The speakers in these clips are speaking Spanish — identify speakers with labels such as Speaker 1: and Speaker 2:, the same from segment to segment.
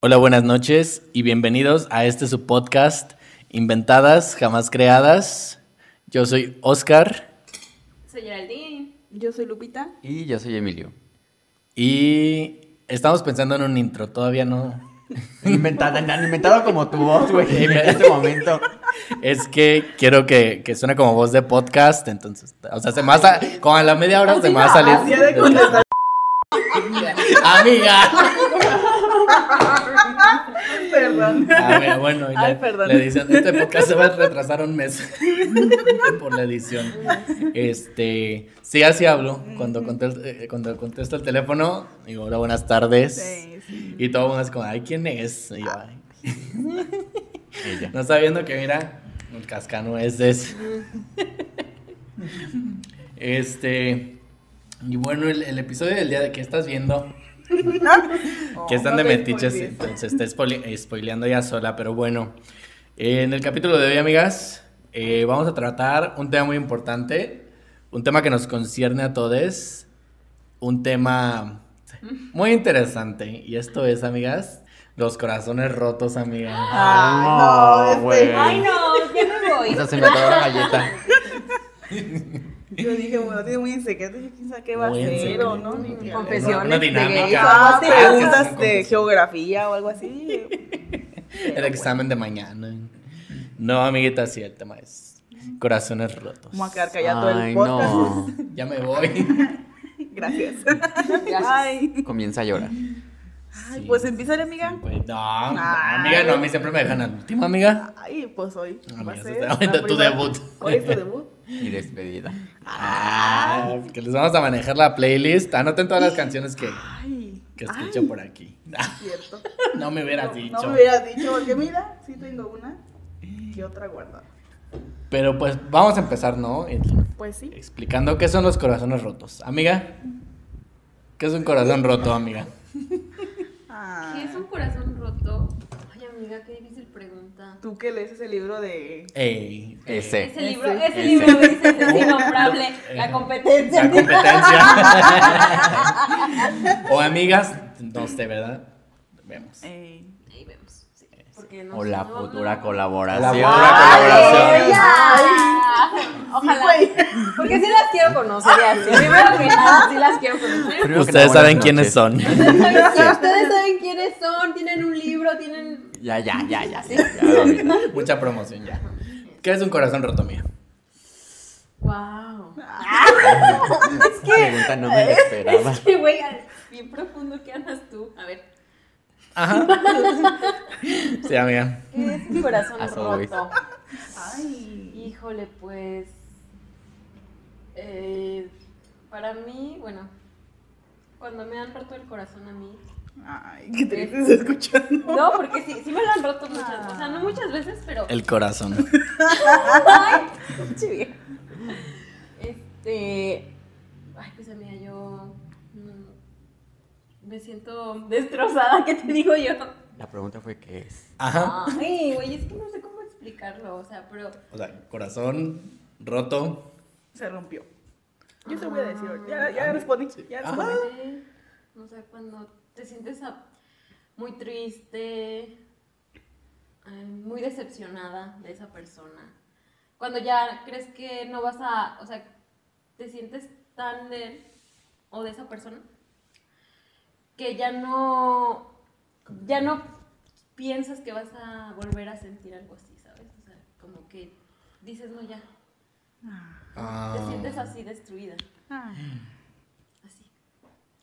Speaker 1: Hola, buenas noches y bienvenidos a este su podcast Inventadas, jamás creadas. Yo soy Oscar
Speaker 2: Soy Geraldine.
Speaker 3: Yo soy Lupita.
Speaker 4: Y yo soy Emilio.
Speaker 1: y estamos pensando en un intro, todavía no.
Speaker 4: Inventada, tan inventado como tu voz, güey, en este momento.
Speaker 1: Es que quiero que, que suene como voz de podcast, entonces, o sea, se me va a sa- como a la media hora se me va a salir. Amiga.
Speaker 3: Perdón.
Speaker 1: A ver, Ah, bueno, y
Speaker 3: Ay,
Speaker 1: la-
Speaker 3: perdón.
Speaker 1: la edición de este podcast se va a retrasar un mes por la edición. Este, sí, así hablo. Cuando contesto, eh, cuando contesto el teléfono, digo, hola, buenas tardes.
Speaker 3: Sí, sí.
Speaker 1: Y todo el mundo es como, ay, ¿quién es? Y yo, ay. No sabiendo que, mira, el cascano es ese. Este, y bueno, el, el episodio del día de que estás viendo, que están de
Speaker 3: no te
Speaker 1: metiches,
Speaker 3: spoilees.
Speaker 1: entonces está spoile- spoileando ya sola, pero bueno. Eh, en el capítulo de hoy, amigas, eh, vamos a tratar un tema muy importante, un tema que nos concierne a todos, un tema muy interesante. Y esto es, amigas, los corazones rotos,
Speaker 3: Ah,
Speaker 1: Ah, amigas.
Speaker 3: Ay,
Speaker 2: Ay,
Speaker 3: no, este-
Speaker 2: no, ya me voy.
Speaker 4: Esa se me acabó la galleta.
Speaker 3: Yo dije, bueno, tiene muy en secreto. Yo quién sabe qué va a
Speaker 1: Muy en
Speaker 3: ser
Speaker 1: secreto.
Speaker 3: o no. ni- ni-
Speaker 2: Confesiones
Speaker 1: Una
Speaker 2: de
Speaker 1: dinámica.
Speaker 2: gays. Ah,
Speaker 3: Ah,
Speaker 2: sí.
Speaker 3: preguntas de geografía o algo así.
Speaker 1: El examen de mañana. No, amiguita, sí, el tema es corazones rotos.
Speaker 3: Vamos a quedar callando el
Speaker 4: Ay,
Speaker 3: podcast.
Speaker 4: no.
Speaker 1: Ya me voy.
Speaker 3: Gracias.
Speaker 2: Gracias.
Speaker 3: Ay,
Speaker 4: Comienza a llorar.
Speaker 3: Ay, pues empieza, amiga.
Speaker 1: Pues no, amiga, no, a mí siempre me dejan al último, amiga.
Speaker 3: Ay, pues hoy.
Speaker 1: Amiga,
Speaker 3: va a
Speaker 1: Ah, se
Speaker 3: ser
Speaker 1: está
Speaker 3: la
Speaker 1: aventando tu
Speaker 3: primera-
Speaker 1: debut.
Speaker 3: Hoy es tu debut.
Speaker 4: Y despedida.
Speaker 1: Ah, que les vamos a manejar la playlist. Anoten todas las canciones que,
Speaker 3: Ay,
Speaker 1: que
Speaker 3: ay,
Speaker 1: escucho por aquí.
Speaker 3: cierto.
Speaker 1: No me hubieras dicho. Eh.
Speaker 3: No me hubieras dicho, porque mira, sí tengo una que otra guardada.
Speaker 1: Pero pues vamos a empezar, ¿no? En-
Speaker 3: Pues sí.
Speaker 1: Explicando qué son los corazones rotos. Amiga, ¿qué es un corazón roto, amiga?
Speaker 3: Ah,
Speaker 2: ¿Qué es un corazón roto? Ay, amiga, qué difícil pregunta.
Speaker 3: Tú que lees ese libro de
Speaker 1: Ey, ey,
Speaker 4: Ese.
Speaker 2: Ese libro,
Speaker 3: Ese.
Speaker 2: ese libro dice es innombrable. La competencia.
Speaker 1: La competencia. o amigas, no sé, ¿verdad? Vemos.
Speaker 3: Eh,
Speaker 2: Ahí vemos. sí, porque no
Speaker 4: O
Speaker 2: sé,
Speaker 4: la
Speaker 2: no,
Speaker 4: futura
Speaker 2: no.
Speaker 4: colaboración.
Speaker 1: La futura colaboración.
Speaker 2: Ah, Ojalá.
Speaker 3: Sí, güey.
Speaker 2: Porque sí las quiero conocer y así. Primero que nada, sí las quiero conocer.
Speaker 4: Primero que
Speaker 1: Ustedes
Speaker 4: nada,
Speaker 1: saben
Speaker 4: buenas
Speaker 1: quiénes
Speaker 4: noches.
Speaker 1: son.
Speaker 2: Ustedes saben- Ustedes saben quiénes son, tienen un libro, tienen.
Speaker 4: Ya, ya, ya, ya. ya, ya, lo vi.
Speaker 1: Mucha promoción ya. ¿Qué es un corazón roto, mía?
Speaker 2: ¡Wow!
Speaker 4: Esa pregunta no me la esperaba.
Speaker 2: Es que, Este güey, al- bien profundo que andas tú. A ver,
Speaker 1: Ajá. Sí, amiga.
Speaker 2: ¿qué es un corazón
Speaker 4: A eso voy.
Speaker 2: roto?
Speaker 3: Ay.
Speaker 2: Híjole, pues. eh, para mí, bueno, cuando me han roto el corazón a mí.
Speaker 3: Ay, qué triste se escucha, ¿no?
Speaker 2: No, porque sí, sí me lo han roto muchas O sea, no muchas veces, pero.
Speaker 1: El corazón.
Speaker 2: ¡Ay! pinche vieja. Este. Ay, pues amiga, yo. mm, Me siento destrozada, ¿qué te digo yo?
Speaker 4: La pregunta fue qué es.
Speaker 1: Ajá.
Speaker 2: Ay, güey, es que no sé cómo explicarlo, o sea, pero.
Speaker 1: O sea, corazón roto.
Speaker 3: Se rompió. Yo te voy a decir, ya, ya respondí, ya
Speaker 2: Ah.
Speaker 1: Ajá.
Speaker 3: respondí.
Speaker 2: sé, o sea, cuando te sientes a- muy triste, ay, muy decepcionada de esa persona. Cuando ya crees que no vas a, o sea, te sientes tan de él o de esa persona que ya no, ya no piensas que vas a volver a sentir algo así, ¿sabes? O sea, como que dices, no, ya,
Speaker 1: Ah.
Speaker 2: te sientes así destruida,
Speaker 3: Ah.
Speaker 2: así.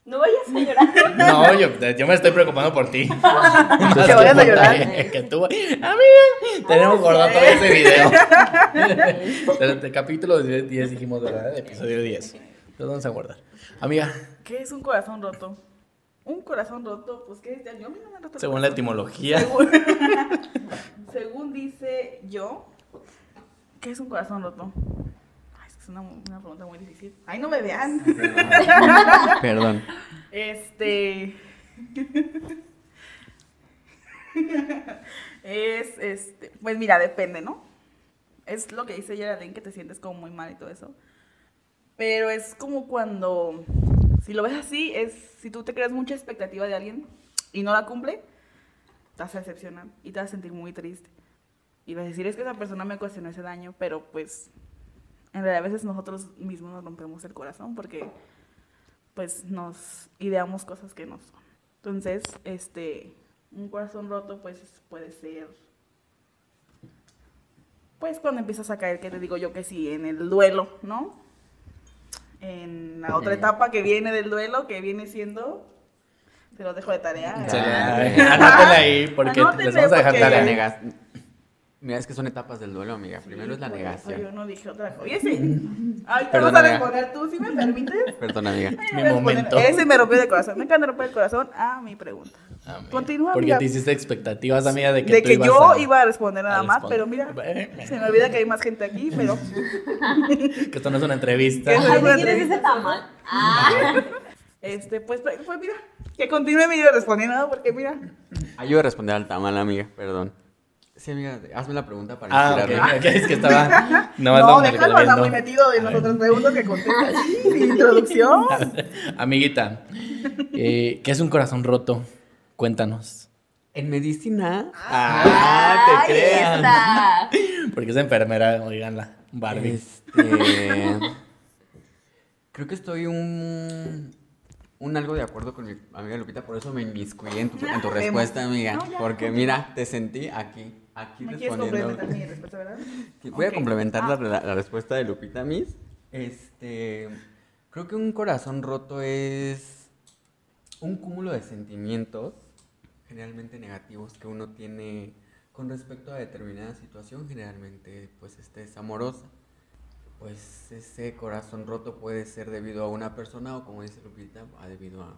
Speaker 2: No vayas a llorar.
Speaker 1: No, yo, yo me estoy preocupando por ti.
Speaker 3: Que vayas a llorar.
Speaker 1: Que tú. Amiga,
Speaker 3: Ah,
Speaker 1: tenemos guardado todo ese video. Desde el capítulo 10, dijimos, ¿verdad? El episodio 10. Lo vamos a guardar. Amiga,
Speaker 3: ¿Qué es un corazón roto? Un corazón roto, pues qué es, yo a mí no me han roto el
Speaker 1: según la
Speaker 3: corazón.
Speaker 1: etimología,
Speaker 3: Según, según dice yo, ¿qué es un corazón roto? Ay, es que es una, una pregunta muy difícil. Ay, no me vean.
Speaker 4: Perdón.
Speaker 3: Este. es este. Pues mira, depende, ¿no? Es lo que dice Geraldine, que te sientes como muy mal y todo eso. Pero es como cuando. Si lo ves así, es si tú te creas mucha expectativa de alguien y no la cumple, te vas a decepcionar y te vas a sentir muy triste. Y vas a decir, es que esa persona me ocasionó ese daño, pero pues en realidad a veces nosotros mismos nos rompemos el corazón porque pues nos ideamos cosas que no son. Entonces, este, un corazón roto pues puede ser pues cuando empiezas a caer, que te digo yo que sí, en el duelo, ¿no? En la otra
Speaker 1: Mm.
Speaker 3: etapa que viene del duelo, que viene siendo, te lo dejo de tarea.
Speaker 1: Sí,
Speaker 4: Ay.
Speaker 1: Anótela ahí porque
Speaker 3: Anótenle,
Speaker 1: les vamos a dejar
Speaker 3: porque-
Speaker 4: La
Speaker 1: tarea.
Speaker 4: negas. Mira, es que son etapas del duelo, amiga.
Speaker 3: Sí,
Speaker 4: Primero es la
Speaker 3: por eso
Speaker 4: negación.
Speaker 3: Yo no dije otra cosa. Oye, sí. Ay, te
Speaker 4: Perdón,
Speaker 3: vas a
Speaker 4: amiga.
Speaker 3: responder tú, si me permites.
Speaker 4: Perdón, amiga.
Speaker 3: Ay,
Speaker 1: Mi
Speaker 3: voy a responder.
Speaker 1: momento.
Speaker 3: Ese me rompió el corazón. Me encanta romper el corazón a mi pregunta.
Speaker 1: Ah, mira,
Speaker 3: Continúa,
Speaker 1: Porque
Speaker 3: amiga.
Speaker 1: te hiciste expectativas, amiga, de que,
Speaker 3: de
Speaker 1: tú
Speaker 3: que
Speaker 1: ibas
Speaker 3: yo
Speaker 1: a-
Speaker 3: iba a responder nada
Speaker 1: a
Speaker 3: más,
Speaker 1: responder.
Speaker 3: pero mira, se me olvida que hay más gente aquí, pero
Speaker 1: Que esto no es una entrevista.
Speaker 3: Que
Speaker 2: Ay,
Speaker 3: soy-
Speaker 2: ¿de ¿Quién es ese tamal? Ah,
Speaker 3: este, pues, pues mira, que continúe mi vida respondiendo, porque mira,
Speaker 4: Ayuda Ah, a responder al tamal, amiga. Perdón. Sí, amiga, hazme la pregunta para
Speaker 1: Ah, ok,
Speaker 4: inspirarme.
Speaker 1: ok, es que estaba. No, no,
Speaker 3: no, déjalo, anda muy metido de nosotros preguntas que contesta así, sin introducción.
Speaker 1: Amiguita, eh, ¿qué es un corazón roto? Cuéntanos.
Speaker 4: En medicina.
Speaker 2: ah,
Speaker 4: Ah, te
Speaker 2: ahí
Speaker 4: creas.
Speaker 2: está.
Speaker 1: Porque es enfermera, oiganla, Barbie.
Speaker 4: Este, creo que estoy un, un algo de acuerdo con mi amiga Lupita, por eso me inmiscuí en tu, en tu respuesta, amiga.
Speaker 3: No, ya,
Speaker 4: porque mira, te sentí aquí, aquí
Speaker 3: Me quieres
Speaker 4: respondiendo.
Speaker 3: complementar mi respuesta, ¿verdad?
Speaker 4: Sí, Voy
Speaker 3: Ok.
Speaker 4: a complementar la-
Speaker 3: Ah.
Speaker 4: la, la respuesta de Lupita Miss. Este, creo que un corazón roto es un cúmulo de sentimientos, generalmente negativos, que uno tiene con respecto a determinada situación, generalmente pues este es amorosa. Pues ese corazón roto puede ser debido a una persona o como dice Lupita, a debido a,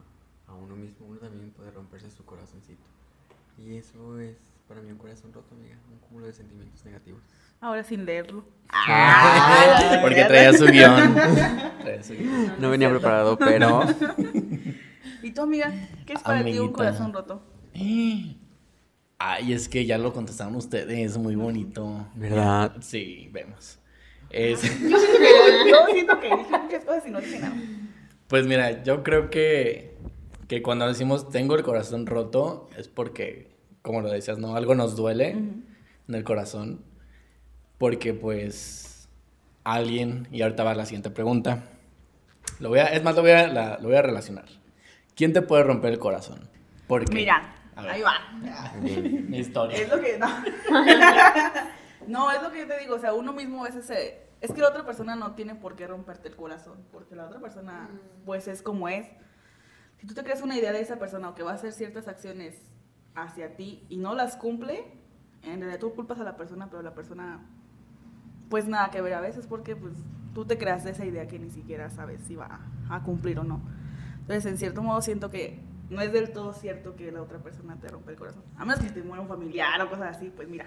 Speaker 4: a uno mismo. Uno también puede romperse su corazoncito. Y eso es para mí un corazón roto, amiga, un cúmulo de sentimientos negativos.
Speaker 3: Ahora sin leerlo.
Speaker 2: Ah,
Speaker 1: Porque traía su guión. Traía su guión.
Speaker 4: No venía preparado, pero
Speaker 3: ¿Y tú, amiga? ¿Qué es para ti un
Speaker 1: Amiguita.
Speaker 3: corazón roto?
Speaker 1: Ay, es que ya lo contestaron ustedes, muy bonito.
Speaker 4: ¿Verdad?
Speaker 1: Sí, vemos. Es-
Speaker 3: Yo siento que, yo siento que dije muchas cosas y no dije nada.
Speaker 1: pues mira, yo creo que, que cuando decimos tengo el corazón roto es porque, como lo decías, ¿no? Algo nos duele en el corazón. Porque pues alguien, y ahorita va la siguiente pregunta. Lo voy a, es más, lo voy a, la- lo voy a relacionar. ¿Quién te puede romper el corazón? Porque
Speaker 3: Mira,
Speaker 1: A ver.
Speaker 3: ahí va.
Speaker 1: mi historia.
Speaker 3: Es lo que. No. no, es lo que yo te digo. O sea, uno mismo a veces se- Es que la otra persona no tiene por qué romperte el corazón. Porque la otra persona, pues es como es. Si tú te creas una idea de esa persona o que va a hacer ciertas acciones hacia ti y no las cumple, en realidad tú culpas a la persona, pero la persona. Pues nada que ver a veces porque pues tú te creas esa idea que ni siquiera sabes si va a- a cumplir o no. Entonces, en cierto modo, siento que no es del todo cierto que la otra persona te rompa el corazón. A menos que te muera un familiar o cosas así, pues mira,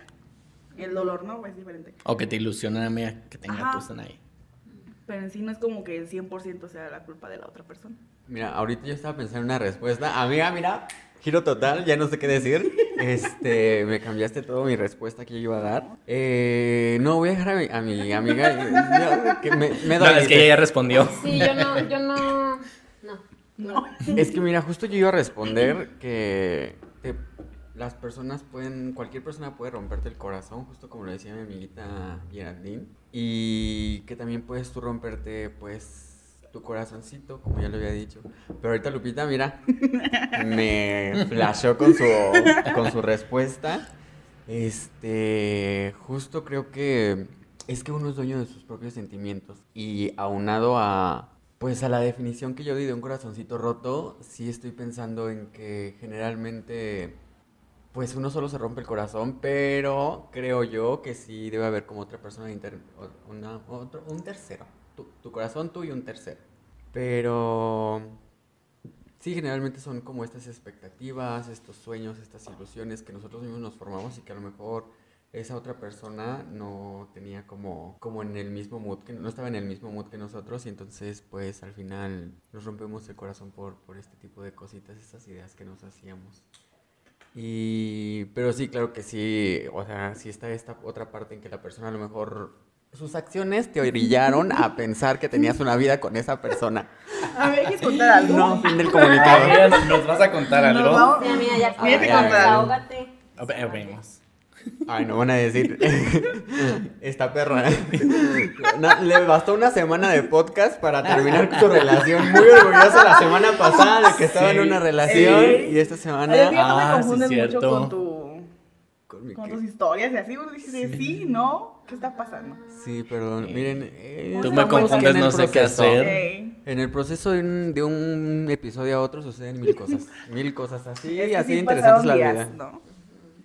Speaker 3: el dolor, ¿no? Pues, Es diferente.
Speaker 1: O que te ilusionen a mí que tenga
Speaker 3: Ajá.
Speaker 1: tu sana ahí.
Speaker 3: Pero en sí no es como que el 100% sea la culpa de la otra persona.
Speaker 4: Mira, ahorita yo estaba pensando en una respuesta. Amiga, mira, giro total, ya no sé qué decir. Este, me cambiaste todo mi respuesta que yo iba a dar. Eh, no, voy a dejar a mi, a mi amiga. ya, que me, me
Speaker 1: No, es que
Speaker 4: doliste.
Speaker 1: ella ya respondió.
Speaker 2: Sí, yo no, yo no. No. No.
Speaker 4: Es que mira, justo yo iba a responder que te- las personas pueden, cualquier persona puede romperte el corazón, justo como lo decía mi amiguita Geraldine, y que también puedes tú romperte, pues, tu corazoncito, como ya lo había dicho. Pero ahorita Lupita, mira, me flashó con su, con su respuesta. Este, justo creo que es que uno es dueño de sus propios sentimientos y aunado a, pues a la definición que yo di de un corazoncito roto, sí estoy pensando en que generalmente, pues uno solo se rompe el corazón, pero creo yo que sí debe haber como otra persona, inter- o- una- otro, un tercero, tu, tu corazón tú y un tercero. Pero Sí, generalmente son como estas expectativas, estos sueños, estas ilusiones que nosotros mismos nos formamos y que a lo mejor esa otra persona no tenía como, como en el mismo mood, que no estaba en el mismo mood que nosotros y entonces pues al final nos rompemos el corazón por, por este tipo de cositas, estas ideas que nos hacíamos. Y, pero sí, claro que sí, o sea, sí está esta otra parte en que la persona a lo mejor sus acciones te orillaron a pensar que tenías una vida con esa persona.
Speaker 3: A ver, hay que contar algo.
Speaker 4: No, fin del comunicado.
Speaker 1: Amiga, ¿Nos vas a contar
Speaker 3: Nos
Speaker 1: algo?
Speaker 3: vamos-
Speaker 1: Ah,
Speaker 2: Sí, amiga, ya
Speaker 4: Fíjate
Speaker 2: ya,
Speaker 4: que-
Speaker 2: desahógate.
Speaker 1: A ver, eh, vemos.
Speaker 4: Ay, no van a decir. Esta perra. Na- le bastó una semana de podcast para terminar su relación. Muy orgullosa la semana pasada de que estaba en
Speaker 1: Sí.
Speaker 4: una relación.
Speaker 3: Sí.
Speaker 4: Y esta
Speaker 3: Ay, es que
Speaker 4: semana.
Speaker 1: Ah,
Speaker 3: tú me
Speaker 1: sí,
Speaker 3: confundes
Speaker 1: cierto.
Speaker 3: mucho con, tu,
Speaker 4: Con mi
Speaker 3: con
Speaker 4: que-
Speaker 3: tus historias y así. Uno dice, sí. ¿no? ¿Qué está pasando?
Speaker 4: Sí, perdón.
Speaker 1: Sí.
Speaker 4: Miren. eh,
Speaker 1: Tú
Speaker 3: Una
Speaker 1: me
Speaker 4: es que
Speaker 1: confundes,
Speaker 4: en el
Speaker 1: no sé qué
Speaker 4: proceso-
Speaker 1: hacer.
Speaker 3: Ey.
Speaker 4: En el proceso de un, de un episodio a otro suceden mil cosas. Mil cosas así
Speaker 3: Es
Speaker 4: y
Speaker 3: que
Speaker 4: así
Speaker 3: sí
Speaker 4: interesantes
Speaker 3: pasaron
Speaker 4: la
Speaker 3: días,
Speaker 4: vida.
Speaker 3: ¿no?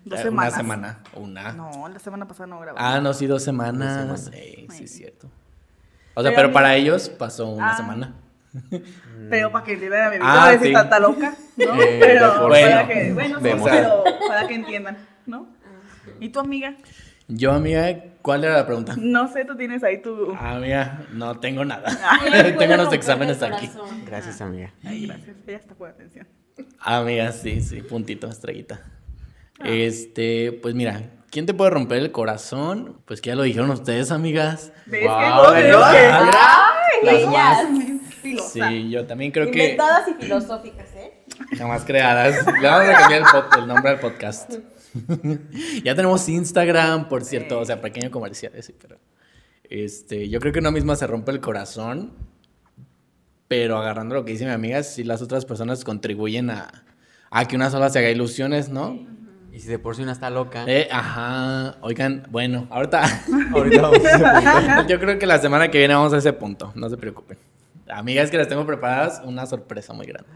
Speaker 3: Dos
Speaker 1: Eh,
Speaker 3: semanas.
Speaker 1: Una semana. Una.
Speaker 3: No, la semana pasada no grabamos.
Speaker 1: Ah, no, sí, dos semanas.
Speaker 4: Dos semanas.
Speaker 1: Ey, sí,
Speaker 3: Ay.
Speaker 1: es cierto. O sea,
Speaker 3: Pero
Speaker 1: pero
Speaker 3: mira-
Speaker 1: para ellos pasó una
Speaker 3: Ah.
Speaker 1: semana.
Speaker 3: Pero para que entiendan a mi vida,
Speaker 1: Ah,
Speaker 3: a ver si
Speaker 1: sí.
Speaker 3: está está loca, ¿no?
Speaker 4: Eh,
Speaker 3: pero
Speaker 1: bueno,
Speaker 3: para que, bueno, sí,
Speaker 1: vemos.
Speaker 3: pero para que entiendan, ¿no? ¿Y tu amiga?
Speaker 1: Yo, amiga, ¿cuál era la pregunta? Ah,
Speaker 3: No sé, tú tienes ahí tu...
Speaker 1: Amiga, no tengo nada.
Speaker 2: Él puede
Speaker 1: tengo los
Speaker 2: romper
Speaker 1: exámenes
Speaker 2: el
Speaker 1: aquí.
Speaker 2: corazón.
Speaker 4: Gracias,
Speaker 1: Ah.
Speaker 4: amiga.
Speaker 3: Ay, gracias, ella está por atención.
Speaker 1: Amiga, sí, sí, puntito, estrellita. Este, pues mira, ¿quién te puede romper el corazón? Pues que ya lo dijeron ustedes, amigas.
Speaker 3: ¿Ves que
Speaker 4: Guau,
Speaker 3: no tenemos que...
Speaker 1: ¿verdad?
Speaker 3: ¡Ay!
Speaker 1: Las
Speaker 3: ellas!
Speaker 1: Sí,
Speaker 3: Filosa.
Speaker 1: yo también creo que
Speaker 2: Inventadas y filosóficas, ¿eh?
Speaker 1: jamás creadas. Le vamos a cambiar el, pod- el nombre al podcast. ya tenemos Instagram, por cierto, o sea, pequeño comercial, sí, pero este, yo creo que una misma se rompe el corazón, pero agarrando lo que dice mi amiga, si las otras personas contribuyen a, a que una sola se haga ilusiones, ¿no?
Speaker 4: Y si de por sí una está loca.
Speaker 1: Eh, ajá, oigan, bueno, ahorita
Speaker 4: Ahorita vamos a ese punto.
Speaker 1: yo creo que la semana que viene vamos a ese punto, no se preocupen. Amigas que las tengo preparadas, una sorpresa muy grande.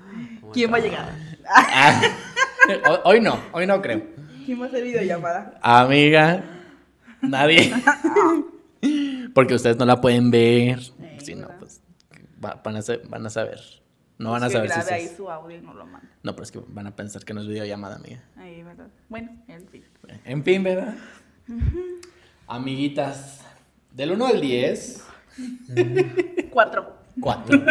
Speaker 3: ¿Quién va a llegar?
Speaker 1: Ah, ho- hoy no, hoy no creo.
Speaker 3: ¿Quién va a hacer videollamada?
Speaker 1: Amiga, nadie. Porque ustedes no la pueden ver. Si no,
Speaker 3: ¿verdad?
Speaker 1: pues va- van, a sa- van a saber. No van a
Speaker 3: Pues
Speaker 1: saber
Speaker 3: que
Speaker 1: si
Speaker 3: grabe ahí
Speaker 1: es.
Speaker 3: su audio y no lo manda.
Speaker 1: No, pero es que van a pensar que no es videollamada, amiga.
Speaker 3: Ahí, ¿verdad? Bueno, en fin.
Speaker 1: En fin, ¿verdad? Amiguitas, del 1 al 10,
Speaker 3: Cuatro.
Speaker 1: 4.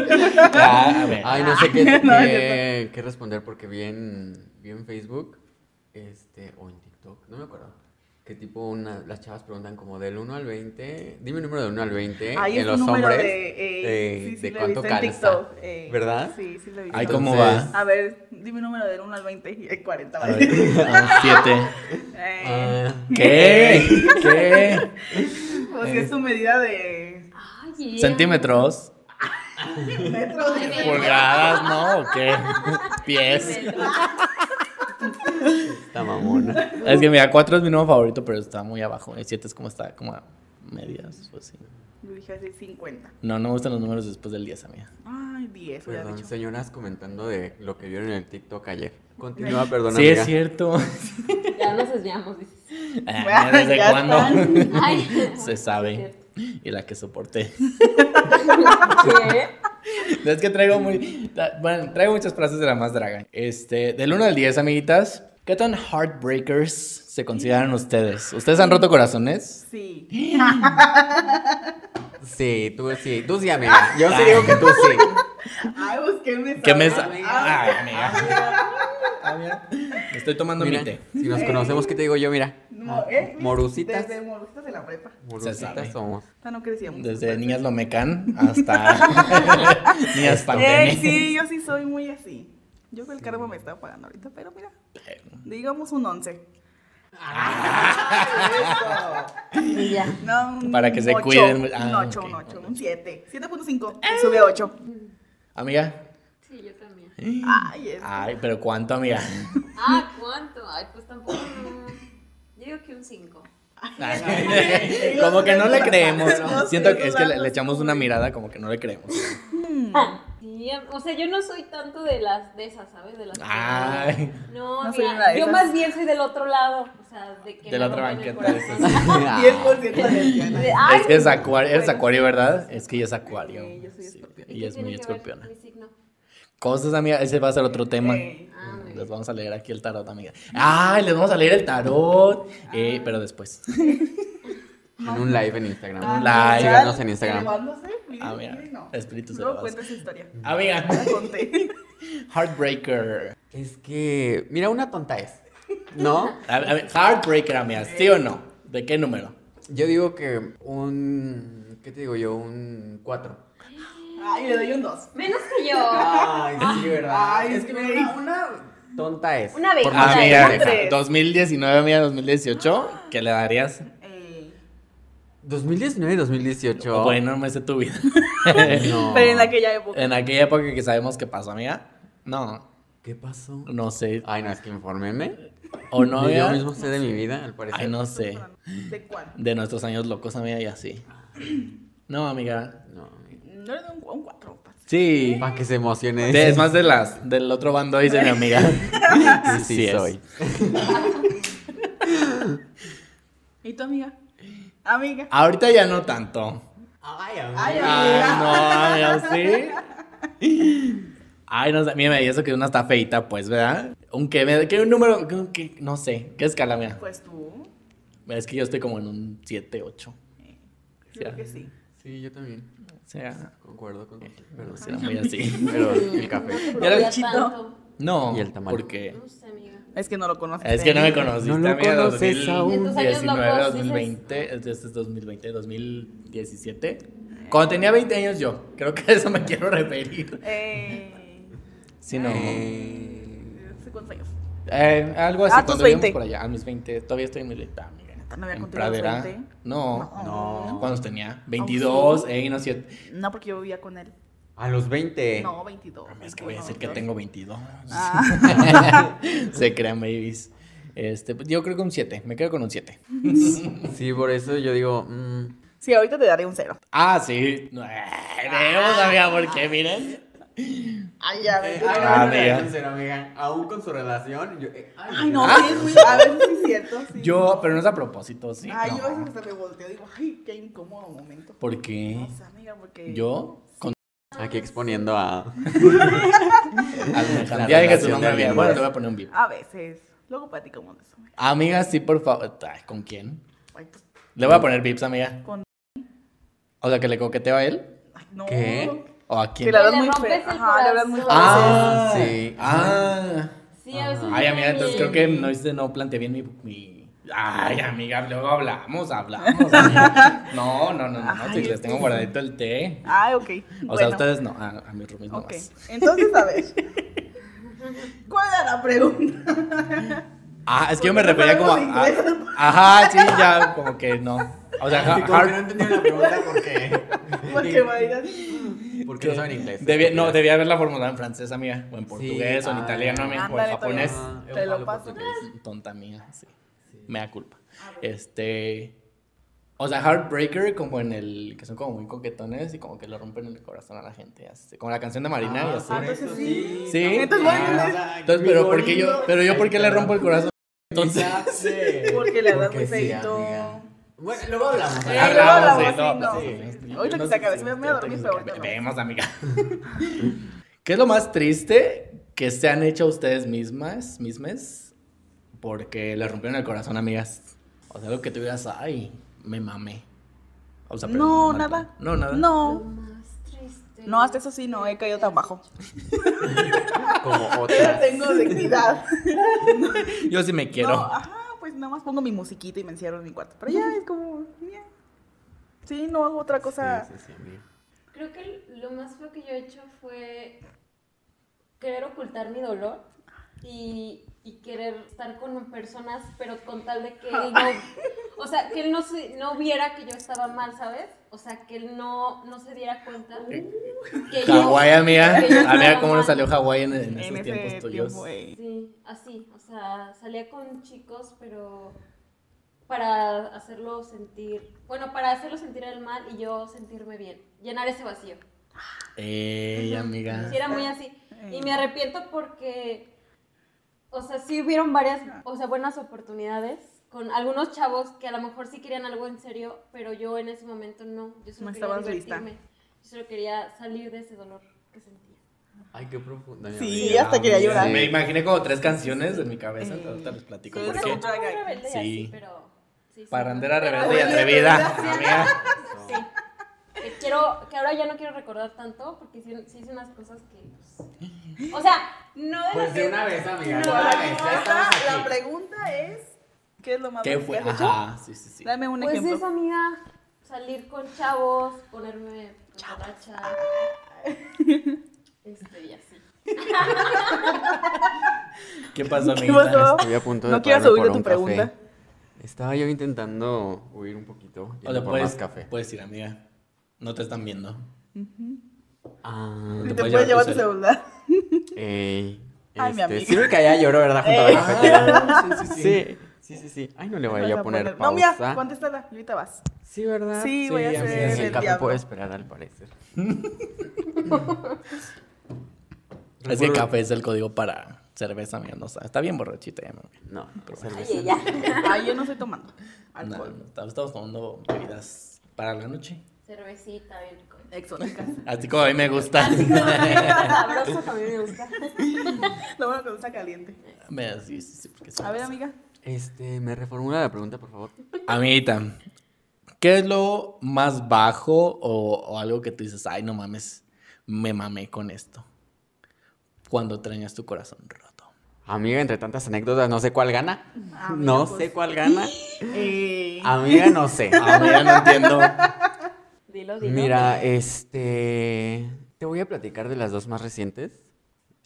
Speaker 1: Ya, a ver.
Speaker 4: Ay, no sé qué,
Speaker 3: Ah. No, es
Speaker 4: qué, qué responder porque vi en, vi en Facebook este, o en TikTok, no me acuerdo. Que tipo una, las chavas preguntan como del 1 al 20, dime un número del 1 al
Speaker 1: Eh,
Speaker 4: 20
Speaker 3: Ahí
Speaker 4: en
Speaker 3: es
Speaker 4: los
Speaker 3: un número
Speaker 4: hombres
Speaker 3: de... eh,
Speaker 4: eh,
Speaker 3: sí, sí,
Speaker 4: de
Speaker 3: lo he
Speaker 4: cuánto
Speaker 3: visto en
Speaker 4: calza,
Speaker 3: TikTok. eh,
Speaker 4: ¿verdad?
Speaker 3: Sí, sí, lo he visto.
Speaker 1: Ay, ¿cómo va?
Speaker 3: A ver, dime un número del 1 al 20 y el 40.
Speaker 1: A
Speaker 3: ¿vale?
Speaker 1: ver, 7.
Speaker 3: Eh,
Speaker 4: Ah,
Speaker 1: ¿Qué? ¿Qué?
Speaker 3: pues
Speaker 1: eh.
Speaker 3: si es tu medida de
Speaker 2: Ay, yeah.
Speaker 1: ¿Centímetros?
Speaker 3: metros. de-
Speaker 1: ¿Pulgadas? ¿No? ¿O qué? ¿Pies?
Speaker 2: Centímetros.
Speaker 4: está mamona.
Speaker 1: Es que mira, 4 es mi número favorito, pero está muy abajo. El 7 es como está, como a medias. Pues, sí.
Speaker 3: Yo dije así 50.
Speaker 1: No, no me gustan los números después del 10, amiga.
Speaker 3: Ay, 10, hubiera
Speaker 4: Perdón,
Speaker 3: dicho.
Speaker 4: señoras comentando de lo que vieron en el TikTok ayer. Continúa, perdón,
Speaker 1: sí,
Speaker 4: amiga.
Speaker 1: es cierto.
Speaker 2: Ya nos desviamos, dices.
Speaker 1: Ah,
Speaker 3: Ya
Speaker 1: ¿Desde
Speaker 3: está.
Speaker 1: cuándo?
Speaker 2: Ay,
Speaker 1: Se sabe. Y la que soporté.
Speaker 2: ¿Qué?
Speaker 1: Es que traigo muy. ta- Bueno, traigo muchas frases de la más draga. Este, del 1 al 10, amiguitas. ¿Qué tan heartbreakers se consideran ustedes? ¿Ustedes han roto corazones?
Speaker 3: Sí.
Speaker 4: Sí, tú sí, tú sí, amiga. Yo sí digo que tú sí.
Speaker 3: Ay, pues, busqué un
Speaker 1: ¿Qué me. sa-
Speaker 3: sabor.
Speaker 1: Ay, amiga. Amiga, me Estoy tomando mi
Speaker 4: Mira,
Speaker 1: té.
Speaker 4: si nos conocemos, ¿qué te digo yo? Mira,
Speaker 1: Ah,
Speaker 3: No, eh,
Speaker 4: Morusitas.
Speaker 3: Desde morusitas de la prepa.
Speaker 1: sabe.
Speaker 4: morusitas somos.
Speaker 3: O sea, no crecía mucho.
Speaker 1: Desde niñas lomecan hasta niñas
Speaker 3: Eh,
Speaker 1: pandemias.
Speaker 3: sí, yo sí soy muy así. Yo creo que el cargo me está pagando ahorita, pero mira, digamos un 11.
Speaker 2: Y ya.
Speaker 3: No, un
Speaker 1: Ah. Para que se
Speaker 3: ocho,
Speaker 1: cuiden.
Speaker 3: Un
Speaker 1: Ah,
Speaker 3: 8, un
Speaker 1: ok.
Speaker 3: 8, un 7. 7.5. y Sube 8.
Speaker 1: Amiga.
Speaker 2: Sí, yo también.
Speaker 3: Ay, es.
Speaker 1: Ay, pero ¿cuánto, amiga?
Speaker 2: Ah, ¿cuánto? Ay, pues tampoco. no. Yo digo que un 5.
Speaker 1: como que no le creemos.
Speaker 3: No sé,
Speaker 1: Siento que es que
Speaker 3: no
Speaker 1: le, le
Speaker 3: sé.
Speaker 1: echamos una mirada como que no le creemos.
Speaker 2: Sí, o sea, yo no soy tanto de las de esas, ¿sabes? De las que-
Speaker 1: Ay.
Speaker 2: No,
Speaker 3: No soy
Speaker 2: mira,
Speaker 3: una de
Speaker 2: yo
Speaker 3: esas.
Speaker 2: más bien soy del otro lado, o sea, de que
Speaker 1: De
Speaker 2: me
Speaker 1: la otra
Speaker 2: rompan el
Speaker 1: banqueta de
Speaker 2: corazón.
Speaker 1: esas.
Speaker 4: Ah.
Speaker 3: 10% de lesbiana.
Speaker 2: De- ay,
Speaker 1: Es que es acuario, eres acuario, ¿verdad? Es que ella es acuario.
Speaker 3: Sí, yo soy
Speaker 1: Sí,
Speaker 3: escorpión.
Speaker 2: ¿y
Speaker 1: ella
Speaker 2: qué
Speaker 1: es muy
Speaker 2: tiene que ver
Speaker 1: escorpiona.
Speaker 2: Mi signo.
Speaker 1: Cosas, amiga, ese va a ser otro tema. Mm,
Speaker 3: Ey.
Speaker 2: Ah, muy
Speaker 1: Les
Speaker 2: bien.
Speaker 1: vamos a leer aquí el tarot, amiga. Ay, les vamos a leer el tarot.
Speaker 2: Ah.
Speaker 1: Eh, pero después.
Speaker 4: En un live en Instagram.
Speaker 1: un live.
Speaker 4: Síganos en Instagram.
Speaker 3: Elevándose, miren,
Speaker 1: Ah, mira,
Speaker 3: miren, no.
Speaker 1: espíritus
Speaker 3: No
Speaker 1: elevados.
Speaker 3: cuenta esa historia.
Speaker 1: Amiga,
Speaker 3: La conté.
Speaker 1: heartbreaker.
Speaker 4: Es que, mira, una tonta es. ¿No?
Speaker 1: A- a ver, heartbreaker, amiga, ¿sí o no? ¿De qué número?
Speaker 4: Yo digo que un. ¿Qué te digo yo? Un 4.
Speaker 3: Ay, le doy un 2.
Speaker 2: Menos que yo.
Speaker 4: Ah, Ay, sí, ¿verdad?
Speaker 3: Ay,
Speaker 4: es que
Speaker 3: güey.
Speaker 4: mira, una, una tonta es.
Speaker 5: Una vez.
Speaker 4: Por
Speaker 1: Ah,
Speaker 4: más
Speaker 5: Una
Speaker 4: que
Speaker 1: mira,
Speaker 4: parezca.
Speaker 5: tres.
Speaker 1: 2019, mira, 2018, ¿qué le darías? Eh,
Speaker 3: Ey.
Speaker 4: 2019 y 2018.
Speaker 1: Oh, Bueno, me sé tu vida.
Speaker 4: No.
Speaker 3: Pero en aquella época.
Speaker 1: en aquella época que sabemos qué pasó, amiga. No,
Speaker 4: ¿Qué pasó?
Speaker 1: no sé.
Speaker 4: Ay, no, es que infórmenme.
Speaker 1: O no,
Speaker 4: Ah, Ni yo
Speaker 1: amiga.
Speaker 4: mismo sé de mi vida, al parecer.
Speaker 1: Ay, no sé.
Speaker 3: ¿De cuál?
Speaker 1: De nuestros años locos, amiga, y así. No, amiga.
Speaker 4: No.
Speaker 3: No le doy un, un cuatro. parce.
Speaker 1: Sí.
Speaker 4: Para que se emocione.
Speaker 1: De- es más de las, del otro bando, dice mi amiga.
Speaker 4: sí, sí,
Speaker 1: sí es.
Speaker 4: soy.
Speaker 3: ¿Y tu amiga? Amiga.
Speaker 1: Ahorita ya no tanto.
Speaker 4: Ay,
Speaker 3: Ay,
Speaker 1: Ay,
Speaker 3: amiga.
Speaker 1: no, amiga, sí. Ay, no sé. Mira, y eso que una está feita, pues, ¿verdad? Un qué, me- qué número, qué- qué- no sé. ¿Qué escala, mira?
Speaker 3: Pues tú.
Speaker 1: Es que yo estoy como en un 7, 8.
Speaker 3: Yo creo que sí.
Speaker 4: Sí, yo también.
Speaker 1: O sea,
Speaker 4: Concuerdo con usted. Pero,
Speaker 1: sí, era muy así.
Speaker 4: pero el café.
Speaker 2: No
Speaker 1: Ya era
Speaker 2: te
Speaker 1: bichito.
Speaker 2: tanto.
Speaker 1: No,
Speaker 4: Y el tamal.
Speaker 1: porque
Speaker 2: No sé, amiga.
Speaker 3: Es que no lo conoces.
Speaker 1: es que no me conociste,
Speaker 4: No lo
Speaker 1: amiga,
Speaker 4: conoces
Speaker 1: 2000,
Speaker 4: aún.
Speaker 2: En tus años
Speaker 1: 19,
Speaker 2: locos, dices.
Speaker 1: 2020, este es 2020, 2017. Cuando tenía 20 años yo, creo que a eso me quiero referir.
Speaker 3: Eh,
Speaker 1: Si no,
Speaker 4: Eh,
Speaker 3: ¿hace ¿Cuántos años?
Speaker 1: eh, algo así
Speaker 3: A Ah, tus
Speaker 1: cuando vivíamos
Speaker 3: 20.
Speaker 1: por allá, a mis 20, todavía estoy en mi letra, amiga.
Speaker 3: No había
Speaker 1: en
Speaker 3: contigo a los
Speaker 1: Pradera.
Speaker 3: 20.
Speaker 1: No,
Speaker 4: No.
Speaker 1: ¿cuántos tenía? 22, ey, no 7.
Speaker 3: No, porque yo vivía con él.
Speaker 4: A los 20.
Speaker 3: No, 22.
Speaker 1: Eh. Es que voy a decir que
Speaker 3: 22.
Speaker 1: tengo 22.
Speaker 3: Ah,
Speaker 1: Se crean babies. Este, pues, yo creo que un 7, me quedo con un 7.
Speaker 4: Sí, por eso yo digo. mm,
Speaker 3: sí, ahorita te daré un cero.
Speaker 1: Ah, sí. Ay, Vemos,
Speaker 3: Ah.
Speaker 1: amiga, porque miren.
Speaker 3: Ay, ya ves.
Speaker 4: ay,
Speaker 1: Ah,
Speaker 4: eh, no,
Speaker 1: amiga.
Speaker 4: no, no, no, no, amiga. Aún con su relación. yo- eh, ay,
Speaker 3: Ay, no,
Speaker 4: mira.
Speaker 3: sí, es muy- a veces sí es cierto. Sí.
Speaker 1: Ah. Yo, pero no es a propósito, sí.
Speaker 3: Ay, yo a
Speaker 1: no.
Speaker 3: veces hasta me volteo y digo, ay, qué incómodo momento.
Speaker 1: ¿Por qué?
Speaker 3: O sea, amiga, porque.
Speaker 1: Yo, con
Speaker 4: Aquí exponiendo a.
Speaker 1: Alejandra. Ya dije su
Speaker 4: relación
Speaker 1: nombre
Speaker 4: de
Speaker 1: bien.
Speaker 4: amigos.
Speaker 1: Bueno, te voy a poner un VIP.
Speaker 3: A veces. Luego platicamos de eso. amiga.
Speaker 1: Amiga, sí, por favor. Ay, ¿Con quién?
Speaker 3: Ay, pues,
Speaker 1: Le voy a poner VIPs, amiga.
Speaker 3: Con-
Speaker 1: O sea, que le coqueteo a él.
Speaker 3: ay, no.
Speaker 4: ¿Qué?
Speaker 1: ¿O a
Speaker 3: Que
Speaker 1: quién?
Speaker 3: le hablas
Speaker 2: le
Speaker 3: muy
Speaker 2: rompes
Speaker 3: feo.
Speaker 2: el
Speaker 3: Ajá, le hablas muy feo.
Speaker 2: corazón.
Speaker 4: Ah, sí.
Speaker 1: Ah.
Speaker 2: Sí, a veces.
Speaker 1: Ay,
Speaker 2: no
Speaker 1: amiga, entonces creo
Speaker 2: bien.
Speaker 1: que no, hice- no planteé bien mi, mi- Ay, amiga, luego hablamos, hablamos. amiga. No, no, no, no, no, si
Speaker 3: Ay,
Speaker 1: les tengo guardadito el té.
Speaker 3: Ay, Ah, ok.
Speaker 1: O sea,
Speaker 3: bueno.
Speaker 1: ustedes no, a, a mis roomies no
Speaker 3: Ok.
Speaker 1: más.
Speaker 3: Entonces, a ver. ¿Cuál era la pregunta?
Speaker 1: Ah, es que yo me
Speaker 3: Porque no
Speaker 1: refería como a,
Speaker 3: sabemos inglés.
Speaker 1: a- Ajá, sí, ya, como que no. O sea,
Speaker 4: Como que
Speaker 1: hard-
Speaker 4: no entendí la pregunta porque.
Speaker 3: Porque vaya.
Speaker 4: Porque no saben inglés.
Speaker 1: debía- no, debía haberla formulado en francés, amiga. O en portugués, o en
Speaker 4: ah,
Speaker 1: italiano, amiga, o en
Speaker 3: ándale,
Speaker 1: japonés.
Speaker 3: todavía. Te lo paso.
Speaker 1: Tonta mía, sí. Me da culpa.
Speaker 3: Ah,
Speaker 1: Este. O sea, Heartbreaker, como en el. que son como muy coquetones y como que le rompen el corazón a la gente. así, como la canción de Marina
Speaker 4: Ah,
Speaker 1: y así.
Speaker 3: por eso Ah, sí.
Speaker 1: Sí.
Speaker 3: Entonces, bueno, entonces-
Speaker 1: Entonces, pero ¿por qué yo, pero yo por qué le rompo el corazón? Entonces.
Speaker 4: Entonces.
Speaker 3: Porque le hablas muy
Speaker 4: sí,
Speaker 3: feito.
Speaker 4: amiga. Bueno, luego hablamos.
Speaker 3: Sí,
Speaker 4: hablamos.
Speaker 3: luego
Speaker 1: de-
Speaker 3: hablamos. sí, no, sí, sí. Ahorita que se acabe,
Speaker 1: sí,
Speaker 3: sí, me voy a dormir, pero ahorita
Speaker 1: ve-
Speaker 3: no.
Speaker 1: Vemos, amiga. ¿Qué es lo más triste que se han hecho ustedes mismas, mismes, porque le rompieron el corazón, amigas? O sea, lo que tuvieras, ay, me mamé. O sea, pero
Speaker 3: No,
Speaker 1: mal
Speaker 3: nada.
Speaker 1: plan. No, nada.
Speaker 2: Lo
Speaker 3: No.
Speaker 2: más triste.
Speaker 3: No, hasta eso sí, no he caído tan bajo.
Speaker 4: Como
Speaker 3: Pero
Speaker 4: otra.
Speaker 3: tengo dignidad.
Speaker 1: Yo sí me Ah. quiero.
Speaker 3: No, ajá, pues nada más pongo mi musiquita y me encierro en mi cuarto. Pero ya es como. ya. Sí, no hago otra cosa.
Speaker 4: Sí, sí, sí, amiga.
Speaker 2: Creo que lo más feo que yo he hecho fue querer ocultar mi dolor y, y querer estar con personas, pero con tal de que él no, o sea, que él no, se- no viera que yo estaba mal, ¿sabes? O sea, que él no, no se diera cuenta que yo...
Speaker 1: Hawái, amiga.
Speaker 2: que yo
Speaker 1: Amiga,
Speaker 2: estaba
Speaker 1: ¿cómo nos
Speaker 2: mal.
Speaker 1: salió Hawái en, en
Speaker 3: En
Speaker 1: esos
Speaker 3: ese
Speaker 1: tiempos tuyos?
Speaker 3: tiempo, eh,
Speaker 2: Sí, así, o sea, salía con chicos, pero para hacerlo sentir, bueno, para hacerlo sentir el mal y yo sentirme bien, llenar ese vacío.
Speaker 1: Ey, amiga.
Speaker 2: Sí, era muy así.
Speaker 3: Eh.
Speaker 2: Y me arrepiento porque, o sea, sí hubieron varias, o sea, buenas oportunidades con algunos chavos que a lo mejor sí querían algo en serio, pero yo en ese momento no. Yo solo quería
Speaker 3: No estabas lista.
Speaker 2: divertirme. Yo solo quería salir de ese dolor que sentía.
Speaker 4: Ay, qué profundo.
Speaker 3: Sí, hasta quería llorar.
Speaker 1: Me imaginé como tres canciones en mi cabeza,
Speaker 3: Eh,
Speaker 1: ahorita les platico.
Speaker 3: sí,
Speaker 1: ¿Por
Speaker 3: sí,
Speaker 1: qué?
Speaker 3: sí.
Speaker 2: Una muy rebelde y
Speaker 1: Sí.
Speaker 2: así, pero... sí, sí.
Speaker 1: Parandera
Speaker 2: Pero-
Speaker 1: rebelde y atrevida.
Speaker 2: Sí,
Speaker 1: Amiga.
Speaker 2: Sí. Que quiero, que ahora ya no quiero recordar tanto porque sí, sí hice unas cosas que... pues, o sea, no de las
Speaker 4: Pues
Speaker 2: que-
Speaker 4: de una vez, amiga.
Speaker 3: No,
Speaker 4: de una vez. Ya estamos
Speaker 3: la,
Speaker 4: aquí.
Speaker 3: la pregunta es: ¿qué es lo más
Speaker 1: ¿Qué
Speaker 3: bonito
Speaker 1: fue?
Speaker 3: que has hecho?
Speaker 1: Ajá, sí, sí, sí.
Speaker 3: Dame un
Speaker 2: Pues
Speaker 3: ejemplo.
Speaker 2: eso, amiga. Salir con chavos, ponerme borracha. Este, y así.
Speaker 1: ¿Qué pasó,
Speaker 3: ¿Qué
Speaker 1: amiguita?
Speaker 3: pasó?
Speaker 4: Estoy a punto de
Speaker 3: No quieras
Speaker 4: pararme
Speaker 3: oír de
Speaker 4: por
Speaker 3: tu
Speaker 4: un café.
Speaker 3: pregunta.
Speaker 4: Estaba yo intentando huir un poquito y
Speaker 1: Este, O sea,
Speaker 4: por
Speaker 1: puedes,
Speaker 4: más café.
Speaker 1: puedes ir, amiga. No te están viendo.
Speaker 4: Ah,
Speaker 3: Y
Speaker 1: Te
Speaker 3: te
Speaker 1: puedes
Speaker 3: puedes
Speaker 1: llevar
Speaker 3: llevar
Speaker 1: tu
Speaker 3: tu celular.
Speaker 4: ey,
Speaker 3: pues. Ay,
Speaker 4: este,
Speaker 3: mi amiga.
Speaker 4: Sí me caía lloro, ¿verdad? Junto a
Speaker 3: Ey.
Speaker 4: la
Speaker 1: sí,
Speaker 4: cafetera.
Speaker 1: sí, sí.
Speaker 4: Ah, Sí, sí, sí, sí. Ay, no le voy
Speaker 3: Vas
Speaker 4: a poner pausa.
Speaker 3: No, mira, contéstala. y Ahorita vas.
Speaker 4: Sí, ¿verdad?
Speaker 3: Sí, voy a
Speaker 4: amiga,
Speaker 1: hacer
Speaker 4: sí,
Speaker 1: el
Speaker 4: El café
Speaker 3: diablo.
Speaker 4: puede esperar, al parecer.
Speaker 1: Es que café es el código para cerveza, amiga. No, sabe. está bien borrachita ya, amiga.
Speaker 4: No, no, cerveza.
Speaker 2: Ay, ella.
Speaker 3: Ay, yo no estoy tomando
Speaker 1: No,
Speaker 3: alcohol.
Speaker 1: no, estamos estamos tomando bebidas para la noche.
Speaker 2: Cervecita, bien rico.
Speaker 3: Exóticas.
Speaker 1: Así como a mí me gusta.
Speaker 2: Sabroso también me gusta.
Speaker 3: Lo bueno que no está caliente.
Speaker 1: Me- sí, sí, sí, porque
Speaker 3: A
Speaker 1: somos-
Speaker 3: ver, amiga.
Speaker 4: Este, me reformula la pregunta, por favor.
Speaker 1: Amiguita, ¿qué es lo más bajo o, o algo que tú dices, ay, no mames, me mamé con esto? Cuando trañas tu corazón roto.
Speaker 4: Amiga, entre tantas anécdotas, no sé cuál gana.
Speaker 3: Amiga,
Speaker 4: no
Speaker 3: pues.
Speaker 4: sé cuál Ah, gana.
Speaker 3: Eh,
Speaker 4: Amiga, no sé.
Speaker 1: Amiga, Ah, no entiendo.
Speaker 2: Dilo, dilo.
Speaker 4: Mira, este. Te voy a platicar de las dos más recientes.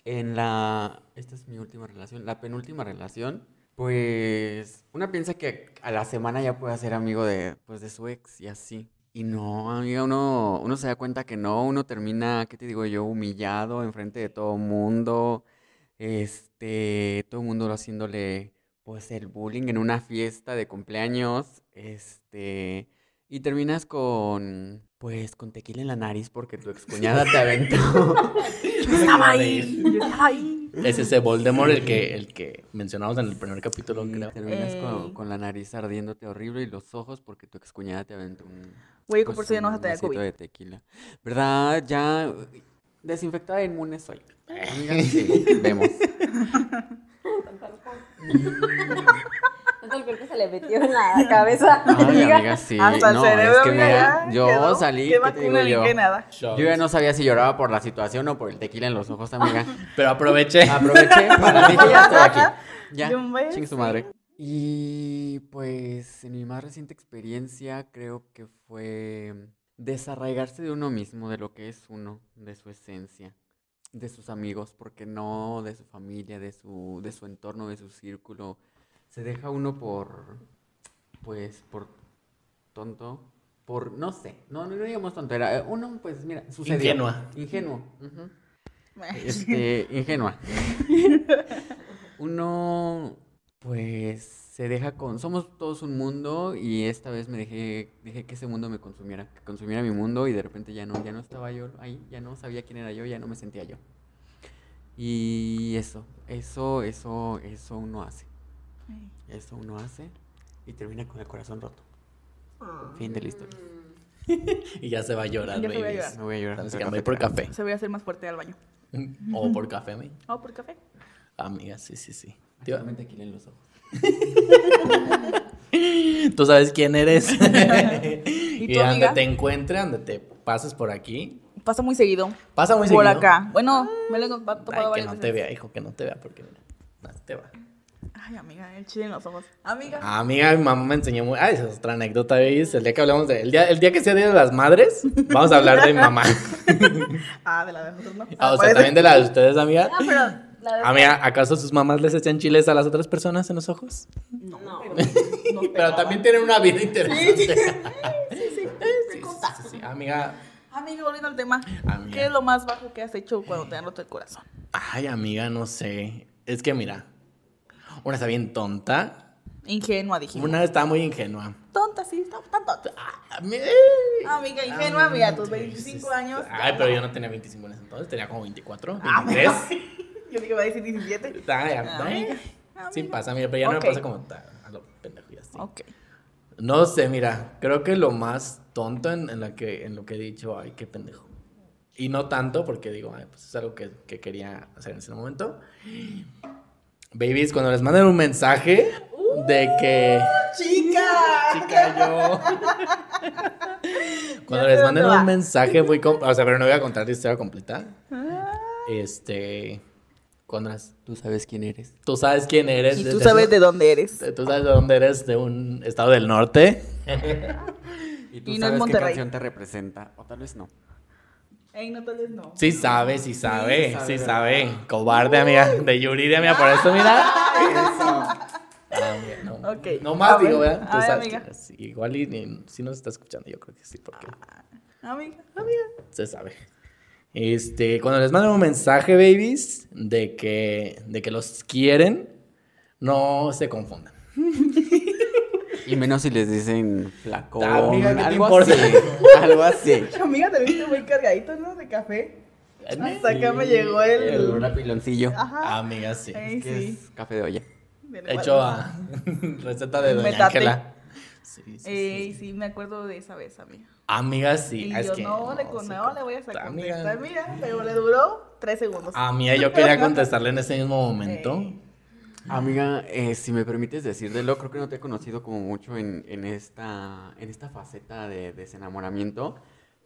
Speaker 4: En la. Esta es mi última relación. La penúltima relación. Pues. Una piensa que a la semana ya puede ser amigo de, pues, de su ex y así. Y no, amiga, uno, uno se da cuenta que no. Uno termina, ¿qué te digo yo? Humillado enfrente de todo mundo. Este. Todo el mundo lo haciéndole. Pues el bullying en una fiesta de cumpleaños. Este. Y terminas con, pues, con tequila en la nariz porque tu excuñada te aventó.
Speaker 1: Estaba ahí.
Speaker 3: Ay.
Speaker 1: Es ese Voldemort el que, el que mencionamos en el primer capítulo,
Speaker 4: Y
Speaker 1: creo.
Speaker 4: terminas con,
Speaker 3: Ey.
Speaker 4: con la nariz ardiéndote horrible y los ojos porque tu excuñada te aventó un,
Speaker 3: Güey,
Speaker 4: pues,
Speaker 3: por eso ya no vas a
Speaker 4: un
Speaker 3: tener
Speaker 4: vasito
Speaker 3: COVID.
Speaker 4: de tequila. ¿Verdad? Ya uy, desinfectada e inmune soy. Amiga, sí, vemos.
Speaker 2: Tanto alcohol. Tanto alcohol que se le metió en la cabeza.
Speaker 4: Ay,
Speaker 2: Amiga.
Speaker 4: amiga, sí.
Speaker 3: Hasta el
Speaker 4: Eh, no,
Speaker 3: cerebro,
Speaker 4: es que
Speaker 3: mira,
Speaker 4: mira,
Speaker 3: ya
Speaker 4: yo
Speaker 3: quedó.
Speaker 4: salí,
Speaker 3: ¿Qué
Speaker 4: ¿qué te digo
Speaker 3: vacuna ni
Speaker 4: yo?
Speaker 3: qué nada?
Speaker 4: Yo ya no sabía si lloraba por la situación o por el tequila en los ojos, amiga.
Speaker 1: Pero aproveché.
Speaker 4: Ah, Aproveché para mí que ya estoy aquí. Ya,
Speaker 3: De un beso.
Speaker 4: chingue su madre. Este, Y pues en mi más reciente experiencia creo que fue desarraigarse de uno mismo, de lo que es uno, de su esencia, de sus amigos, porque no de su familia, de su, de su entorno, de su círculo. Se deja uno por, pues, por tonto, por, no sé, no, no, no digamos tonto, era eh, uno, pues, mira, sucedió.
Speaker 1: Ingenua.
Speaker 4: Ingenuo. ujú. Este, ingenua. Uno, pues, se deja con... Somos todos un mundo y esta vez me dejé, dejé que ese mundo me consumiera, que consumiera mi mundo y de repente ya no, ya no estaba yo ahí, ya no sabía quién era yo, ya no me sentía yo. Y eso, eso, eso, eso uno hace. Eso uno hace y termina con el corazón roto. Fin de la historia.
Speaker 2: Mm,
Speaker 1: Y ya se va a llorar,
Speaker 3: Ya se va a
Speaker 1: babies.
Speaker 3: llorar.
Speaker 4: Me voy a llorar.
Speaker 1: Así
Speaker 4: junto a
Speaker 1: que
Speaker 4: la
Speaker 1: me voy por
Speaker 4: cafetera.
Speaker 1: café.
Speaker 3: Se voy a hacer más fuerte al baño.
Speaker 1: O por café, amiga.
Speaker 3: Oh, por café.
Speaker 1: Amiga, sí, sí, sí. Te iba-
Speaker 4: Acá me tequila en los ojos.
Speaker 1: Tú sabes quién eres.
Speaker 3: ¿Y
Speaker 1: y
Speaker 3: tú,
Speaker 1: donde
Speaker 3: amiga?
Speaker 1: te encuentre, donde te pases por aquí.
Speaker 3: Pasa muy seguido.
Speaker 1: Pasa muy
Speaker 3: por
Speaker 1: seguido.
Speaker 3: acá. Bueno, me lo he topado
Speaker 1: Ay, que
Speaker 3: varias
Speaker 1: no
Speaker 3: veces.
Speaker 1: te vea, hijo, que no te vea, porque mira, no te va. Ah,
Speaker 3: Ay, amiga, el chile en los ojos. Amiga.
Speaker 1: Amiga, mi mamá me enseñó muy. Ah, esa es otra anécdota, ¿veis? El día que hablamos de. El día, el día que sea Día de las Madres, vamos a hablar de mi mamá.
Speaker 3: Ah, de la de nosotros, ¿no?
Speaker 1: Ah, o sea,
Speaker 3: parece-
Speaker 1: también de la de ustedes, amiga.
Speaker 2: No, Ah, pero la verdad.
Speaker 1: Amiga, ¿acaso sus mamás les echan chiles a las otras personas en los ojos?
Speaker 3: No,
Speaker 2: No.
Speaker 3: pero, nos
Speaker 1: Pero
Speaker 3: pegaban.
Speaker 1: también tienen una vida interesante. Sí,
Speaker 3: Sí,
Speaker 1: sí,
Speaker 3: sí,
Speaker 1: sí, sí. Amiga.
Speaker 3: Amiga, volviendo al tema.
Speaker 1: Amiga.
Speaker 3: ¿Qué es lo más bajo que has hecho cuando te han roto el corazón?
Speaker 1: Ay, amiga, no sé. Es que mira, una está bien tonta,
Speaker 3: Ingenua, dijimos.
Speaker 1: una está muy ingenua.
Speaker 3: Tonta, sí, tan tan tonta.
Speaker 1: Ah, mi-
Speaker 3: Amiga, ingenua, mira, a tus
Speaker 1: sí, sí,
Speaker 3: 25
Speaker 1: Ah, sí.
Speaker 3: años.
Speaker 1: Ay, pero yo no tenía 25 en ese entonces, tenía como 24,
Speaker 3: Ah,
Speaker 1: 23.
Speaker 3: Yo dije, va a decir 17.
Speaker 1: Ay,
Speaker 3: Amiga,
Speaker 1: ay, Sí
Speaker 3: amiga.
Speaker 1: pasa, mira, pero ya no
Speaker 3: Ok.
Speaker 1: me pasa como ta- a lo pendejo y así.
Speaker 3: Ok.
Speaker 1: No sé, mira, creo que lo más tonto en, en la que, en lo que he dicho, ay, qué pendejo. Y no tanto porque digo, ay, pues es algo que, que quería hacer en ese momento. Babies, cuando les mandan un mensaje de que,
Speaker 3: ¡Uh, ¡Chica!
Speaker 1: chica, yo... cuando
Speaker 3: Ya
Speaker 1: les
Speaker 3: sé
Speaker 1: mandan
Speaker 3: dónde
Speaker 1: un
Speaker 3: va.
Speaker 1: mensaje muy... com- O sea, pero no voy a contar la historia completa. Este... Cuando las-
Speaker 4: Tú sabes quién eres.
Speaker 1: Tú sabes quién eres.
Speaker 3: Y
Speaker 1: desde
Speaker 3: tú sabes
Speaker 1: su-
Speaker 3: de dónde eres.
Speaker 1: Tú sabes de dónde eres, de un estado del norte.
Speaker 4: Y tú
Speaker 3: Y no es
Speaker 4: sabes qué
Speaker 3: Monterrey.
Speaker 4: canción te representa. O tal vez no.
Speaker 3: Ey, no, tal vez no.
Speaker 1: Sí sabe, sí sabe, sí
Speaker 4: sabe,
Speaker 1: sabe.
Speaker 4: ¿verdad?
Speaker 1: Cobarde, amiga.
Speaker 3: Uh.
Speaker 1: De Yuridia, amiga. Por eso, mira. Ah, mira, no.
Speaker 3: Ok.
Speaker 1: No más
Speaker 3: A ver,
Speaker 1: digo, ¿verdad?
Speaker 3: a
Speaker 1: Tú
Speaker 3: ver,
Speaker 1: sabes
Speaker 3: amiga.
Speaker 1: quién es. Igual y ni- si nos está escuchando, yo creo que sí, porque
Speaker 3: Amiga, amiga.
Speaker 1: se sabe. Este, cuando les mandan un mensaje, babies, de que, de que los quieren, no se confundan.
Speaker 4: Y menos si les dicen flaco.
Speaker 1: Amiga, ¿qué te
Speaker 4: Algo
Speaker 1: importa?
Speaker 4: así. Algo así.
Speaker 3: Amiga, te viste muy cargadito, ¿no? De café. Hasta acá me llegó el-
Speaker 4: El olor a piloncillo.
Speaker 3: Ajá.
Speaker 1: Ah, Amiga, sí.
Speaker 3: Ey,
Speaker 4: que
Speaker 3: sí.
Speaker 4: es café de olla.
Speaker 3: De
Speaker 1: Hecho a receta de Doña
Speaker 3: Metate.
Speaker 1: Ángela. Sí, sí, sí.
Speaker 3: Ey, sí, me acuerdo de esa vez, amiga.
Speaker 1: Amiga, sí.
Speaker 3: y
Speaker 1: es
Speaker 3: yo
Speaker 1: que
Speaker 3: no, le, con-
Speaker 1: sí,
Speaker 3: no, le voy a
Speaker 1: está,
Speaker 3: sacar
Speaker 1: amiga. Ah.
Speaker 3: contestar, mira, pero le duró tres segundos.
Speaker 1: A mí yo quería contestarle en ese mismo momento.
Speaker 3: Ey.
Speaker 4: Amiga, eh, si me permites decírtelo, creo que no te he conocido como mucho en, en esta, en esta faceta de desenamoramiento.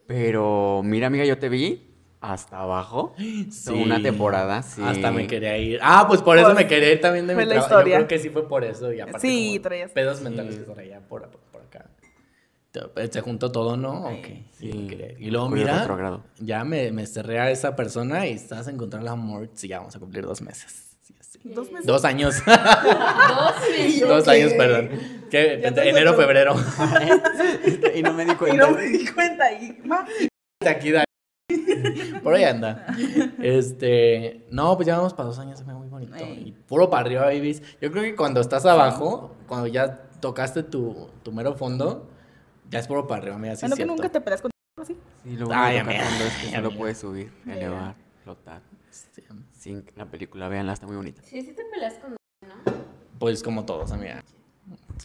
Speaker 4: Pero mira, amiga, yo te vi hasta abajo.
Speaker 1: Sí.
Speaker 4: Una temporada, sí.
Speaker 1: Hasta me quería ir. Ah, pues por eso
Speaker 3: Pues,
Speaker 1: me quería ir también de
Speaker 3: fue
Speaker 1: mi
Speaker 3: la
Speaker 1: trabajo.
Speaker 3: historia.
Speaker 1: Yo creo que sí fue por eso. Y aparte
Speaker 3: Sí,
Speaker 1: como
Speaker 3: traías-
Speaker 1: pedos
Speaker 4: Sí.
Speaker 1: mentales que traía por, por acá. Te- eh, Se juntó todo, ¿no? Ok.
Speaker 3: Ey.
Speaker 1: sí,
Speaker 4: Sí.
Speaker 1: me quería ir. Y luego,
Speaker 4: Mercurio
Speaker 1: mira,
Speaker 4: retrógrado.
Speaker 1: ya me, me cerré a esa persona y estás a encontrar el amor. Sí, ya vamos a cumplir dos meses. Sí, sí.
Speaker 3: Dos meses.
Speaker 1: Dos años.
Speaker 2: Dos
Speaker 3: Y
Speaker 2: meses.
Speaker 3: yo,
Speaker 1: dos
Speaker 3: ¿qué?
Speaker 1: años, perdón. ¿Qué?
Speaker 3: Ya te
Speaker 1: Enero,
Speaker 3: saco-
Speaker 1: febrero.
Speaker 4: y no me di
Speaker 3: Y
Speaker 4: cuenta.
Speaker 3: no me di cuenta. Y, ma,
Speaker 1: De aquí, de ahí. Por ahí anda. Este. No, pues ya vamos para dos años, amigo, muy bonito.
Speaker 3: Ey.
Speaker 1: Y puro para arriba, babies. Yo creo que cuando estás abajo, cuando ya tocaste tu, tu mero fondo, ya es puro para arriba, mira, sí
Speaker 3: bueno,
Speaker 1: es
Speaker 3: que
Speaker 1: cierto.
Speaker 3: nunca te peleas con así.
Speaker 4: Sí, lo único
Speaker 1: Ay,
Speaker 4: que
Speaker 1: amiga,
Speaker 4: cuando es que
Speaker 1: ay,
Speaker 4: solo
Speaker 1: amiga.
Speaker 4: puedes subir,
Speaker 3: Mira.
Speaker 4: elevar, flotar.
Speaker 1: Sí.
Speaker 4: Sin la película, véanla, está muy bonita.
Speaker 2: Sí, sí te peleas con
Speaker 1: Pues como todos, amiga.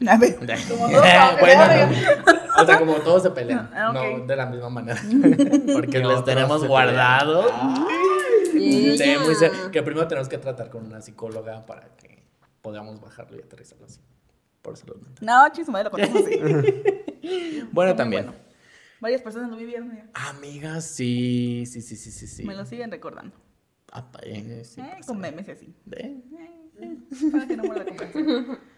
Speaker 3: A ver. Como todos, aunque
Speaker 1: bueno,
Speaker 3: no,
Speaker 1: o sea, como todos se pelean.
Speaker 3: Ah, ok.
Speaker 1: No de la misma manera.
Speaker 4: Que
Speaker 1: Porque les
Speaker 4: otros
Speaker 1: tenemos
Speaker 4: se
Speaker 1: guardado.
Speaker 2: ella.
Speaker 1: Sí, muy
Speaker 3: Ah.
Speaker 1: ser- Que primero tenemos que tratar con una psicóloga para que podamos bajarlo y aterrizarlo así. Por salud mental.
Speaker 3: No, chismadre, lo contamos así.
Speaker 1: Bueno, también.
Speaker 3: bueno. Varias personas lo vivieron, mira.
Speaker 1: Amiga, sí, sí, sí, sí, sí, sí.
Speaker 3: Me lo siguen recordando.
Speaker 1: Apa- eh, sí,
Speaker 3: Eh,
Speaker 1: pasa.
Speaker 3: con memes y así. Eh,
Speaker 1: ¿Eh?
Speaker 3: Para que no muera la conversación.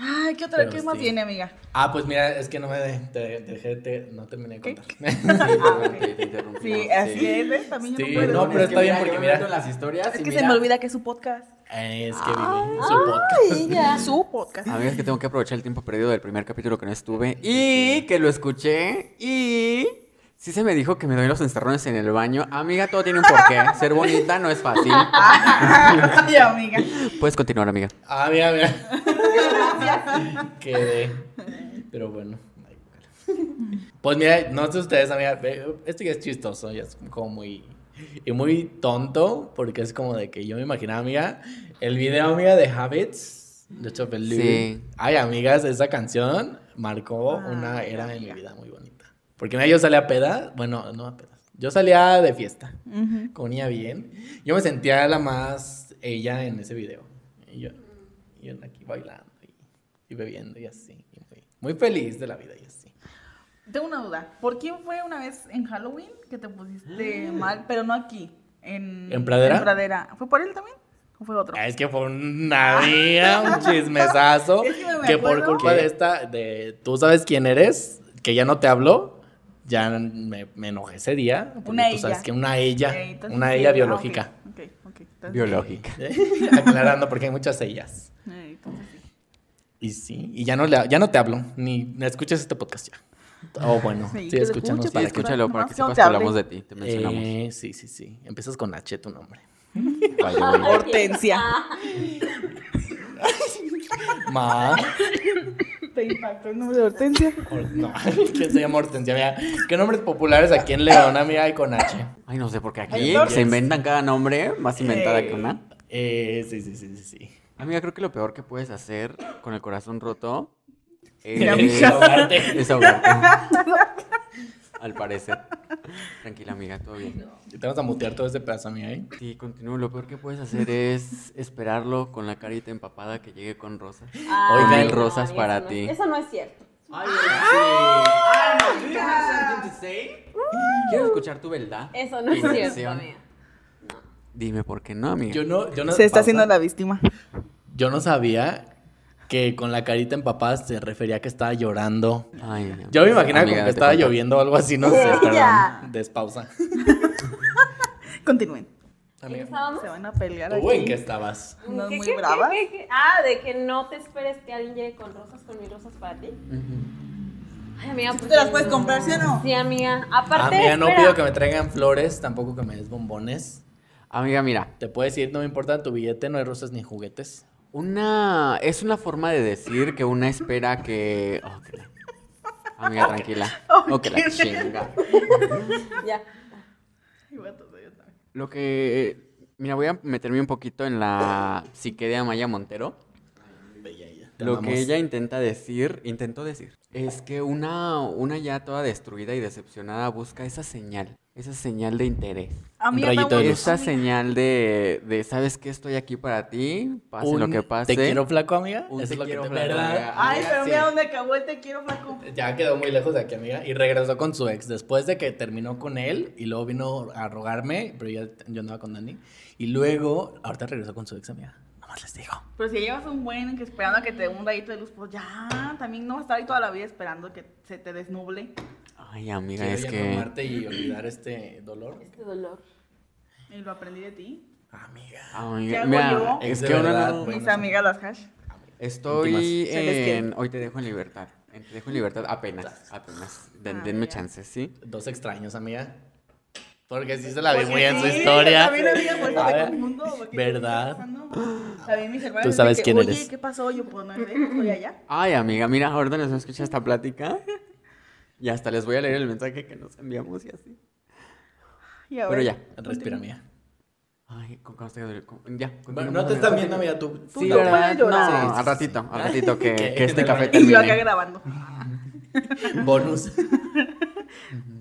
Speaker 3: Ay, ¿qué otra?
Speaker 1: Pero
Speaker 3: ¿Qué más
Speaker 1: sí.
Speaker 3: viene, amiga?
Speaker 1: Ah, pues mira, es que no me de- te- te dejé, te- no terminé de
Speaker 3: ¿Qué?
Speaker 1: contar.
Speaker 4: Sí, te interrumpimos,
Speaker 3: Ah, Sí, así es, ¿ves? También yo
Speaker 1: Sí,
Speaker 3: no
Speaker 1: Pues
Speaker 3: puedo.
Speaker 1: no, pero
Speaker 4: Es que
Speaker 1: está bien
Speaker 4: mira,
Speaker 1: porque
Speaker 4: yo me
Speaker 1: mira-
Speaker 4: meto en las historias
Speaker 3: Es
Speaker 4: y
Speaker 3: que se
Speaker 4: mira-
Speaker 3: me olvida que es su podcast.
Speaker 1: es que vive en su
Speaker 3: Ah.
Speaker 1: podcast.
Speaker 2: ella.
Speaker 3: Su podcast.
Speaker 4: Amigas, que tengo que aprovechar el tiempo perdido del primer capítulo que no estuve y que lo escuché y sí se me dijo que me doy los encerrones en el baño. Amiga, todo tiene un porqué. Ser bonita no es fácil.
Speaker 3: Ay, amiga.
Speaker 4: Puedes continuar, amiga.
Speaker 1: Ah, mira, mira. Quedé. Pero bueno. ay, bueno. Pues mira, no sé ustedes, amiga, ve- esto ya es chistoso, ya es como muy... Y muy tonto, porque es como de que yo me imaginaba, amiga, el video, amiga, de Habits, de Chopin
Speaker 4: Sí.
Speaker 1: Ay, amigas, esa canción marcó
Speaker 3: Ah,
Speaker 1: una era de mi
Speaker 3: amiga.
Speaker 1: vida muy bonita. Porque mira, yo salía a pedas, bueno, no a pedas, yo salía de fiesta
Speaker 3: Ujú.
Speaker 1: comía bien. Yo me sentía la más ella en ese video. Y yo, y yo aquí bailando y, y bebiendo y así. y muy, muy feliz de la vida y así.
Speaker 3: Tengo una duda. ¿Por qué fue una vez en Halloween que te pusiste mal, pero no aquí? En,
Speaker 1: ¿En Pradera?
Speaker 3: en Pradera. ¿Fue por él también? ¿O fue otro?
Speaker 1: Ah, Es que fue una vida, un chismesazo.
Speaker 3: Es que me
Speaker 1: que por
Speaker 3: acuerdo.
Speaker 1: culpa
Speaker 4: ¿Qué?
Speaker 1: de esta, de tú sabes quién eres, que ya no te habló. Ya me, me enojé ese día. porque
Speaker 3: Una
Speaker 1: tú sabes
Speaker 3: ella.
Speaker 1: que una ella,
Speaker 3: Ok, entonces
Speaker 1: una
Speaker 3: sí.
Speaker 1: ella
Speaker 3: Ah,
Speaker 1: biológica.
Speaker 3: ok, ok, ok. Entonces-
Speaker 4: Biológica.
Speaker 1: Aclarando, porque hay muchas ellas.
Speaker 3: Eh, entonces sí.
Speaker 1: Y sí, y ya no, le, ya no te hablo, ni ni escuchas este podcast ya. O bueno,
Speaker 3: Sí,
Speaker 1: sí,
Speaker 3: que lo
Speaker 1: escúchanos
Speaker 3: escuche,
Speaker 1: para
Speaker 4: Sí,
Speaker 3: pues,
Speaker 1: que...
Speaker 4: escúchalo para
Speaker 3: Nomás
Speaker 4: que
Speaker 3: no
Speaker 4: sepas
Speaker 3: te
Speaker 4: que hablamos de
Speaker 3: hables.
Speaker 4: ti. Te mencionamos.
Speaker 1: Eh, sí, sí, sí. Empiezas con H tu nombre.
Speaker 4: Vaya,
Speaker 2: Ah,
Speaker 4: güey.
Speaker 3: Hortensia.
Speaker 1: Ma.
Speaker 3: Te impactó el nombre de Hortensia.
Speaker 1: Hor- No, que se llama Hortensia. Mira, ¿qué nombres populares aquí en León, amiga, hay con H?
Speaker 4: Ay, no sé, porque aquí
Speaker 3: Ay, no.
Speaker 4: se inventan cada nombre más inventada que una.
Speaker 1: Eh, sí, sí, sí, sí, sí.
Speaker 4: Amiga, creo que lo peor que puedes hacer con el corazón roto
Speaker 1: Eh,
Speaker 3: Ya,
Speaker 4: es,
Speaker 3: amiga.
Speaker 1: ahogarte.
Speaker 4: es ahogarte. Al parecer. Tranquila, amiga, todo bien.
Speaker 1: Te vamos a mutear todo este pedazo, amiga, ¿eh?
Speaker 4: Sí, continúo. Lo peor que puedes hacer es esperarlo con la carita empapada que llegue con rosas.
Speaker 2: Ah, Ay,
Speaker 1: Oigan,
Speaker 2: no,
Speaker 4: rosas
Speaker 2: eso
Speaker 4: para
Speaker 2: no-
Speaker 4: ti.
Speaker 2: Eso no es cierto.
Speaker 4: Ay, sí. Quiero escuchar tu verdad.
Speaker 2: Eso no es cierto,
Speaker 4: Inversión.
Speaker 2: amiga.
Speaker 4: Dime por qué no, amiga.
Speaker 1: Yo no, yo no...
Speaker 3: Se está
Speaker 1: pausa.
Speaker 3: haciendo la víctima.
Speaker 1: Yo no sabía que con la carita empapada se refería a que estaba llorando.
Speaker 4: Ay,
Speaker 1: Yo me imaginaba como
Speaker 4: amiga,
Speaker 1: que
Speaker 4: te
Speaker 1: estaba
Speaker 4: cuento.
Speaker 1: lloviendo o algo así, no sé,
Speaker 2: Ya.
Speaker 1: perdón. Despausa.
Speaker 3: Continúen.
Speaker 2: ¿En qué
Speaker 1: Amiga,
Speaker 2: estábamos?
Speaker 3: Se van a pelear
Speaker 1: ¿tú en
Speaker 3: aquí.
Speaker 1: qué estabas?
Speaker 3: Andas
Speaker 2: ¿Qué,
Speaker 3: muy
Speaker 2: qué,
Speaker 3: brava.
Speaker 2: qué, qué, qué? Ah, de que no te esperes que alguien llegue con rosas, con mis rosas para ti.
Speaker 4: Ujú.
Speaker 2: Ay, amiga,
Speaker 3: tú
Speaker 2: pues
Speaker 3: te las puedes comprar, ¿sí o no?
Speaker 2: Sí, amiga. Aparte,
Speaker 1: Amiga, Ah, no
Speaker 2: espera.
Speaker 1: pido que me traigan flores, tampoco que me des bombones.
Speaker 4: Amiga, mira,
Speaker 1: Te puedes ir, no me importa tu billete, no hay rosas ni juguetes.
Speaker 4: una es una forma de decir que una espera que. oh, que la- Amiga, tranquila. Oh, que la chinga.
Speaker 2: Ya.
Speaker 3: Y voy a toser yo también.
Speaker 4: Lo que. Mira, voy a meterme un poquito en la psique de Amaya Montero.
Speaker 1: Te
Speaker 4: Lo
Speaker 1: amamos.
Speaker 4: que ella intenta decir, intentó decir, es que una, una ya toda destruida y decepcionada busca esa señal, esa señal de interés,
Speaker 3: Amiga,
Speaker 1: rayito
Speaker 3: estamos-
Speaker 1: de luz.
Speaker 4: esa señal de, de, sabes que estoy aquí para ti, pase lo
Speaker 1: Un
Speaker 4: que pase.
Speaker 1: Te quiero flaco, amiga.
Speaker 4: Un
Speaker 1: Eso
Speaker 4: te
Speaker 1: es lo que
Speaker 4: quiero
Speaker 1: te
Speaker 4: flaco,
Speaker 1: ¿verdad?
Speaker 4: amiga.
Speaker 3: Ay, pero
Speaker 4: sí.
Speaker 3: mira dónde acabó el te quiero, flaco.
Speaker 1: Ya quedó muy lejos de aquí, amiga. Y regresó con su ex después de que terminó con él. Y luego vino a rogarme, pero ya- yo andaba con Dani. Y luego, ahorita regresó con su ex, amiga. Nomás les digo.
Speaker 3: Pero si llevas un buen que esperando a que te dé un rayito de luz, pues ya, también no vas a estar ahí toda la vida esperando que se te desnuble
Speaker 4: Ay, amiga,
Speaker 1: Quiero
Speaker 4: es
Speaker 1: ya
Speaker 4: que...
Speaker 1: calmarte y olvidar este dolor.
Speaker 2: Este dolor.
Speaker 3: y lo aprendí de ti.
Speaker 1: Amiga.
Speaker 4: Amiga,
Speaker 3: ¿Qué hago
Speaker 4: mira,
Speaker 3: yo?
Speaker 4: es
Speaker 1: De
Speaker 4: que uno
Speaker 1: verdad,
Speaker 4: no-
Speaker 1: Bueno,
Speaker 3: Mis
Speaker 1: sí.
Speaker 3: amigas las hash.
Speaker 1: Íntimas.
Speaker 4: Estoy
Speaker 3: Se les quiere.
Speaker 4: en... Hoy te dejo en libertad. en Te dejo en libertad apenas, apenas. Den-
Speaker 3: Ah,
Speaker 4: denme
Speaker 3: ya.
Speaker 4: chances, ¿sí?
Speaker 1: Dos extraños, amiga. Porque sí se la vi
Speaker 3: Porque
Speaker 1: muy en su
Speaker 3: Pues sí,
Speaker 1: historia.
Speaker 3: También amiga, pues, por eso
Speaker 1: A
Speaker 3: me
Speaker 1: ver,
Speaker 3: confundo. porque
Speaker 1: ¿verdad?
Speaker 3: ¿qué está pasando? También mis hermanas.
Speaker 1: Tú
Speaker 3: de
Speaker 1: sabes
Speaker 3: que,
Speaker 1: quién
Speaker 3: Oye,
Speaker 1: eres".
Speaker 3: ¿qué pasó? Yo, pues no sé, estoy allá.
Speaker 4: Ay, amiga, mira, ahorita nos escucha esta plática. Y hasta les voy a leer el mensaje que nos enviamos y así.
Speaker 3: Y a
Speaker 4: Pero
Speaker 3: ver,
Speaker 4: ya.
Speaker 1: Respira, amiga.
Speaker 4: Ay, con causa de dolor, con- Ya.
Speaker 1: Bueno,
Speaker 4: continuamos,
Speaker 1: no te
Speaker 4: amiga.
Speaker 1: están viendo, amiga. Tú,
Speaker 4: Sí,
Speaker 3: no
Speaker 4: ¿verdad?
Speaker 3: puedes llorar.
Speaker 4: No,
Speaker 1: Sí, sí,
Speaker 4: al
Speaker 1: sí.
Speaker 4: ratito, al ratito que,
Speaker 1: Que-
Speaker 4: que este
Speaker 1: que
Speaker 4: café
Speaker 1: te
Speaker 3: Y yo acá
Speaker 4: termine.
Speaker 3: grabando.
Speaker 1: Bonus.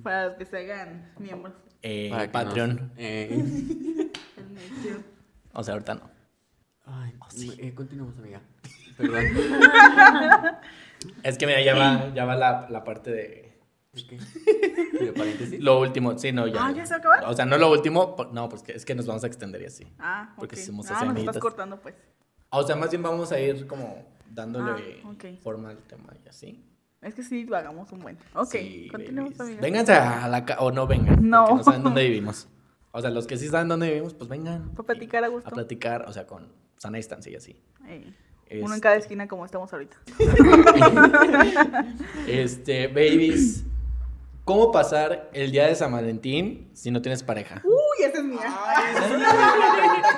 Speaker 3: Para los que se hagan miembros.
Speaker 1: Eh,
Speaker 4: Para que nos-
Speaker 1: Patreon.
Speaker 4: eh,
Speaker 1: O sea, ahorita no.
Speaker 4: Ay,
Speaker 1: Oh,
Speaker 4: eh, continuamos, amiga. Perdón.
Speaker 1: Es que mira, ya va, ya va la, la parte de.
Speaker 4: ¿De qué? ¿De paréntesis?
Speaker 1: Lo último, sí, no, ya.
Speaker 3: Ah, ¿ya se va a acabar?
Speaker 1: O sea, no lo último, por- no, pues que- es que nos vamos a extender y así.
Speaker 3: Ah,
Speaker 1: Porque
Speaker 3: ok.
Speaker 1: somos
Speaker 3: Ah, nos estás
Speaker 1: amiguitas.
Speaker 3: cortando, pues.
Speaker 1: O sea, más bien vamos a ir como dándole
Speaker 3: Ah, ok.
Speaker 1: forma al tema y así.
Speaker 3: Es que sí, lo hagamos un buen. Ok,
Speaker 1: Sí,
Speaker 3: continuamos,
Speaker 1: babies.
Speaker 3: amigas.
Speaker 1: Vénganse a la ca- o no vengan.
Speaker 3: No.
Speaker 1: Porque no saben dónde vivimos. O sea, los que sí saben dónde vivimos, pues vengan.
Speaker 3: Para platicar a gusto.
Speaker 1: A platicar, o sea, con sana distancia y así.
Speaker 3: Ey, Uno
Speaker 1: Este-
Speaker 3: en cada esquina como estamos ahorita.
Speaker 1: Este, babies, ¿cómo pasar el día de San Valentín si no tienes pareja?
Speaker 3: Uy, esa es mía.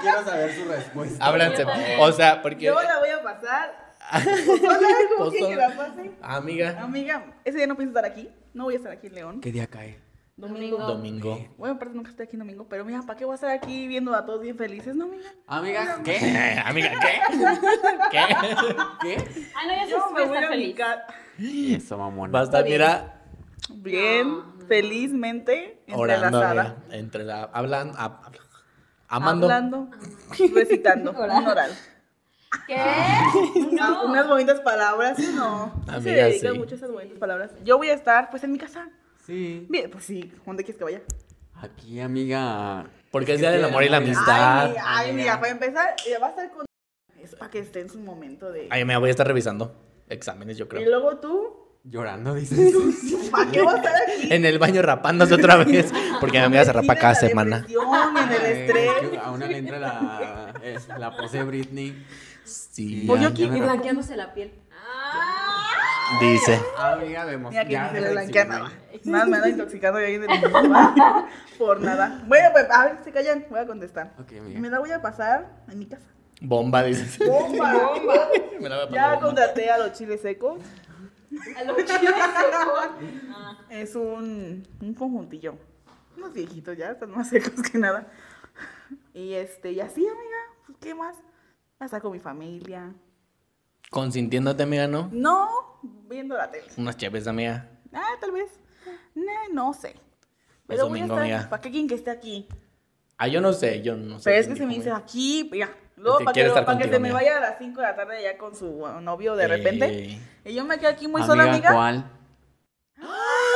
Speaker 4: Quiero saber su respuesta.
Speaker 1: Ábranse. O sea, porque. eh, Ah,
Speaker 3: Yo la voy a pasar. Hola, ¿cómo
Speaker 1: Pues
Speaker 3: quieren que
Speaker 1: sola.
Speaker 3: la pase?
Speaker 1: Amiga.
Speaker 3: Amiga, ese día no pienso estar aquí. No voy a estar aquí en León.
Speaker 4: ¿Qué día cae?
Speaker 2: Domingo.
Speaker 1: Domingo.
Speaker 3: Bueno, aparte nunca estoy aquí en domingo, pero mira, ¿para qué voy a estar aquí viendo a todos bien felices, no, amiga?
Speaker 4: Amiga, ¿qué?
Speaker 1: Eh, amiga, ¿qué? ¿Qué?
Speaker 4: ¿Qué?
Speaker 2: Ay, Ah, no, ya
Speaker 3: Yo
Speaker 2: se
Speaker 3: me
Speaker 2: puede
Speaker 3: voy a
Speaker 2: estar
Speaker 3: mi
Speaker 2: feliz.
Speaker 3: ca-
Speaker 4: Eso, mamona.
Speaker 1: Basta, mira,
Speaker 3: Bien,
Speaker 2: No.
Speaker 3: felizmente,
Speaker 1: orando.
Speaker 3: entrelazada.
Speaker 1: amiga, Entre la. Hablando. amando.
Speaker 3: Hablando, recitando, un
Speaker 2: Oral.
Speaker 3: oral.
Speaker 2: ¿Qué?
Speaker 3: Ah, Unas
Speaker 2: No.
Speaker 3: bonitas palabras, ¿sí o no. Sí se
Speaker 1: Amiga,
Speaker 3: dedican
Speaker 1: sí.
Speaker 3: mucho a esas bonitas palabras. Yo voy a estar, pues, en mi casa.
Speaker 4: Sí.
Speaker 3: Bien, pues sí, ¿dónde quieres que vaya?
Speaker 4: Aquí, amiga.
Speaker 1: Porque es día del amor y la
Speaker 3: Ay,
Speaker 1: amistad.
Speaker 3: mira, ay, mira, para empezar, ya va a estar con. Es para que esté en su momento de.
Speaker 1: Ay, me voy a estar revisando exámenes, yo
Speaker 3: y
Speaker 1: creo.
Speaker 3: luego tú,
Speaker 4: Llorando, dices.
Speaker 3: ¿para qué vas a estar aquí?
Speaker 1: En el baño rapándose otra vez. Porque me voy a cerrar para cada
Speaker 3: Sí, en la
Speaker 1: semana.
Speaker 3: depresión, En el
Speaker 4: Ay,
Speaker 3: estrés.
Speaker 4: que A una le entra la, es- la pose Britney.
Speaker 1: Sí.
Speaker 4: Pues
Speaker 3: yo
Speaker 4: ya,
Speaker 3: qui-
Speaker 4: ya me
Speaker 2: Y
Speaker 4: ra-
Speaker 2: blanqueándose la piel. Ah.
Speaker 1: Dice.
Speaker 4: Amiga, vemos.
Speaker 3: Mira que
Speaker 4: ya,
Speaker 3: ni se
Speaker 4: ya
Speaker 3: le
Speaker 4: me
Speaker 3: blanquea
Speaker 4: exhibí.
Speaker 3: nada. Nada, me anda intoxicando ahí en el mundo. Por nada. Bueno, pues, a ver, se callan. Voy a contestar.
Speaker 4: Ok,
Speaker 3: Me
Speaker 4: amiga.
Speaker 3: la voy a pasar en mi casa.
Speaker 1: Bomba, dice.
Speaker 3: Bomba, bomba.
Speaker 1: Me la voy a poner
Speaker 3: Ya
Speaker 1: bomba.
Speaker 3: contraté a los chiles secos.
Speaker 2: A lo chido. Ah,
Speaker 3: Es un, un conjuntillo. Unos viejitos ya, están más secos que nada. Y este, y así, amiga, pues, ¿qué más? Hasta con mi familia.
Speaker 1: Consintiéndote, amiga, ¿no?
Speaker 3: No, viendo la tele.
Speaker 1: Unas chaves, amiga.
Speaker 3: Ah, tal vez. No, no sé. Pero voy
Speaker 1: domingo,
Speaker 3: a estar.
Speaker 1: amiga.
Speaker 3: ¿Para qué quien que esté aquí?
Speaker 1: Ah, yo no sé, yo no sé.
Speaker 3: Pero es
Speaker 1: quién
Speaker 3: que si me
Speaker 1: dijo,
Speaker 3: dice
Speaker 1: amiga.
Speaker 3: aquí, ya. Luego,
Speaker 1: que
Speaker 3: para que,
Speaker 1: quiere estar
Speaker 3: para que
Speaker 1: contigo,
Speaker 3: se me
Speaker 1: amiga.
Speaker 3: vaya a las 5 de la tarde ya con su uh, novio de repente.
Speaker 1: Eh,
Speaker 3: Y yo me quedo aquí muy sola, amiga. ¡Ah!
Speaker 4: ¿cuál?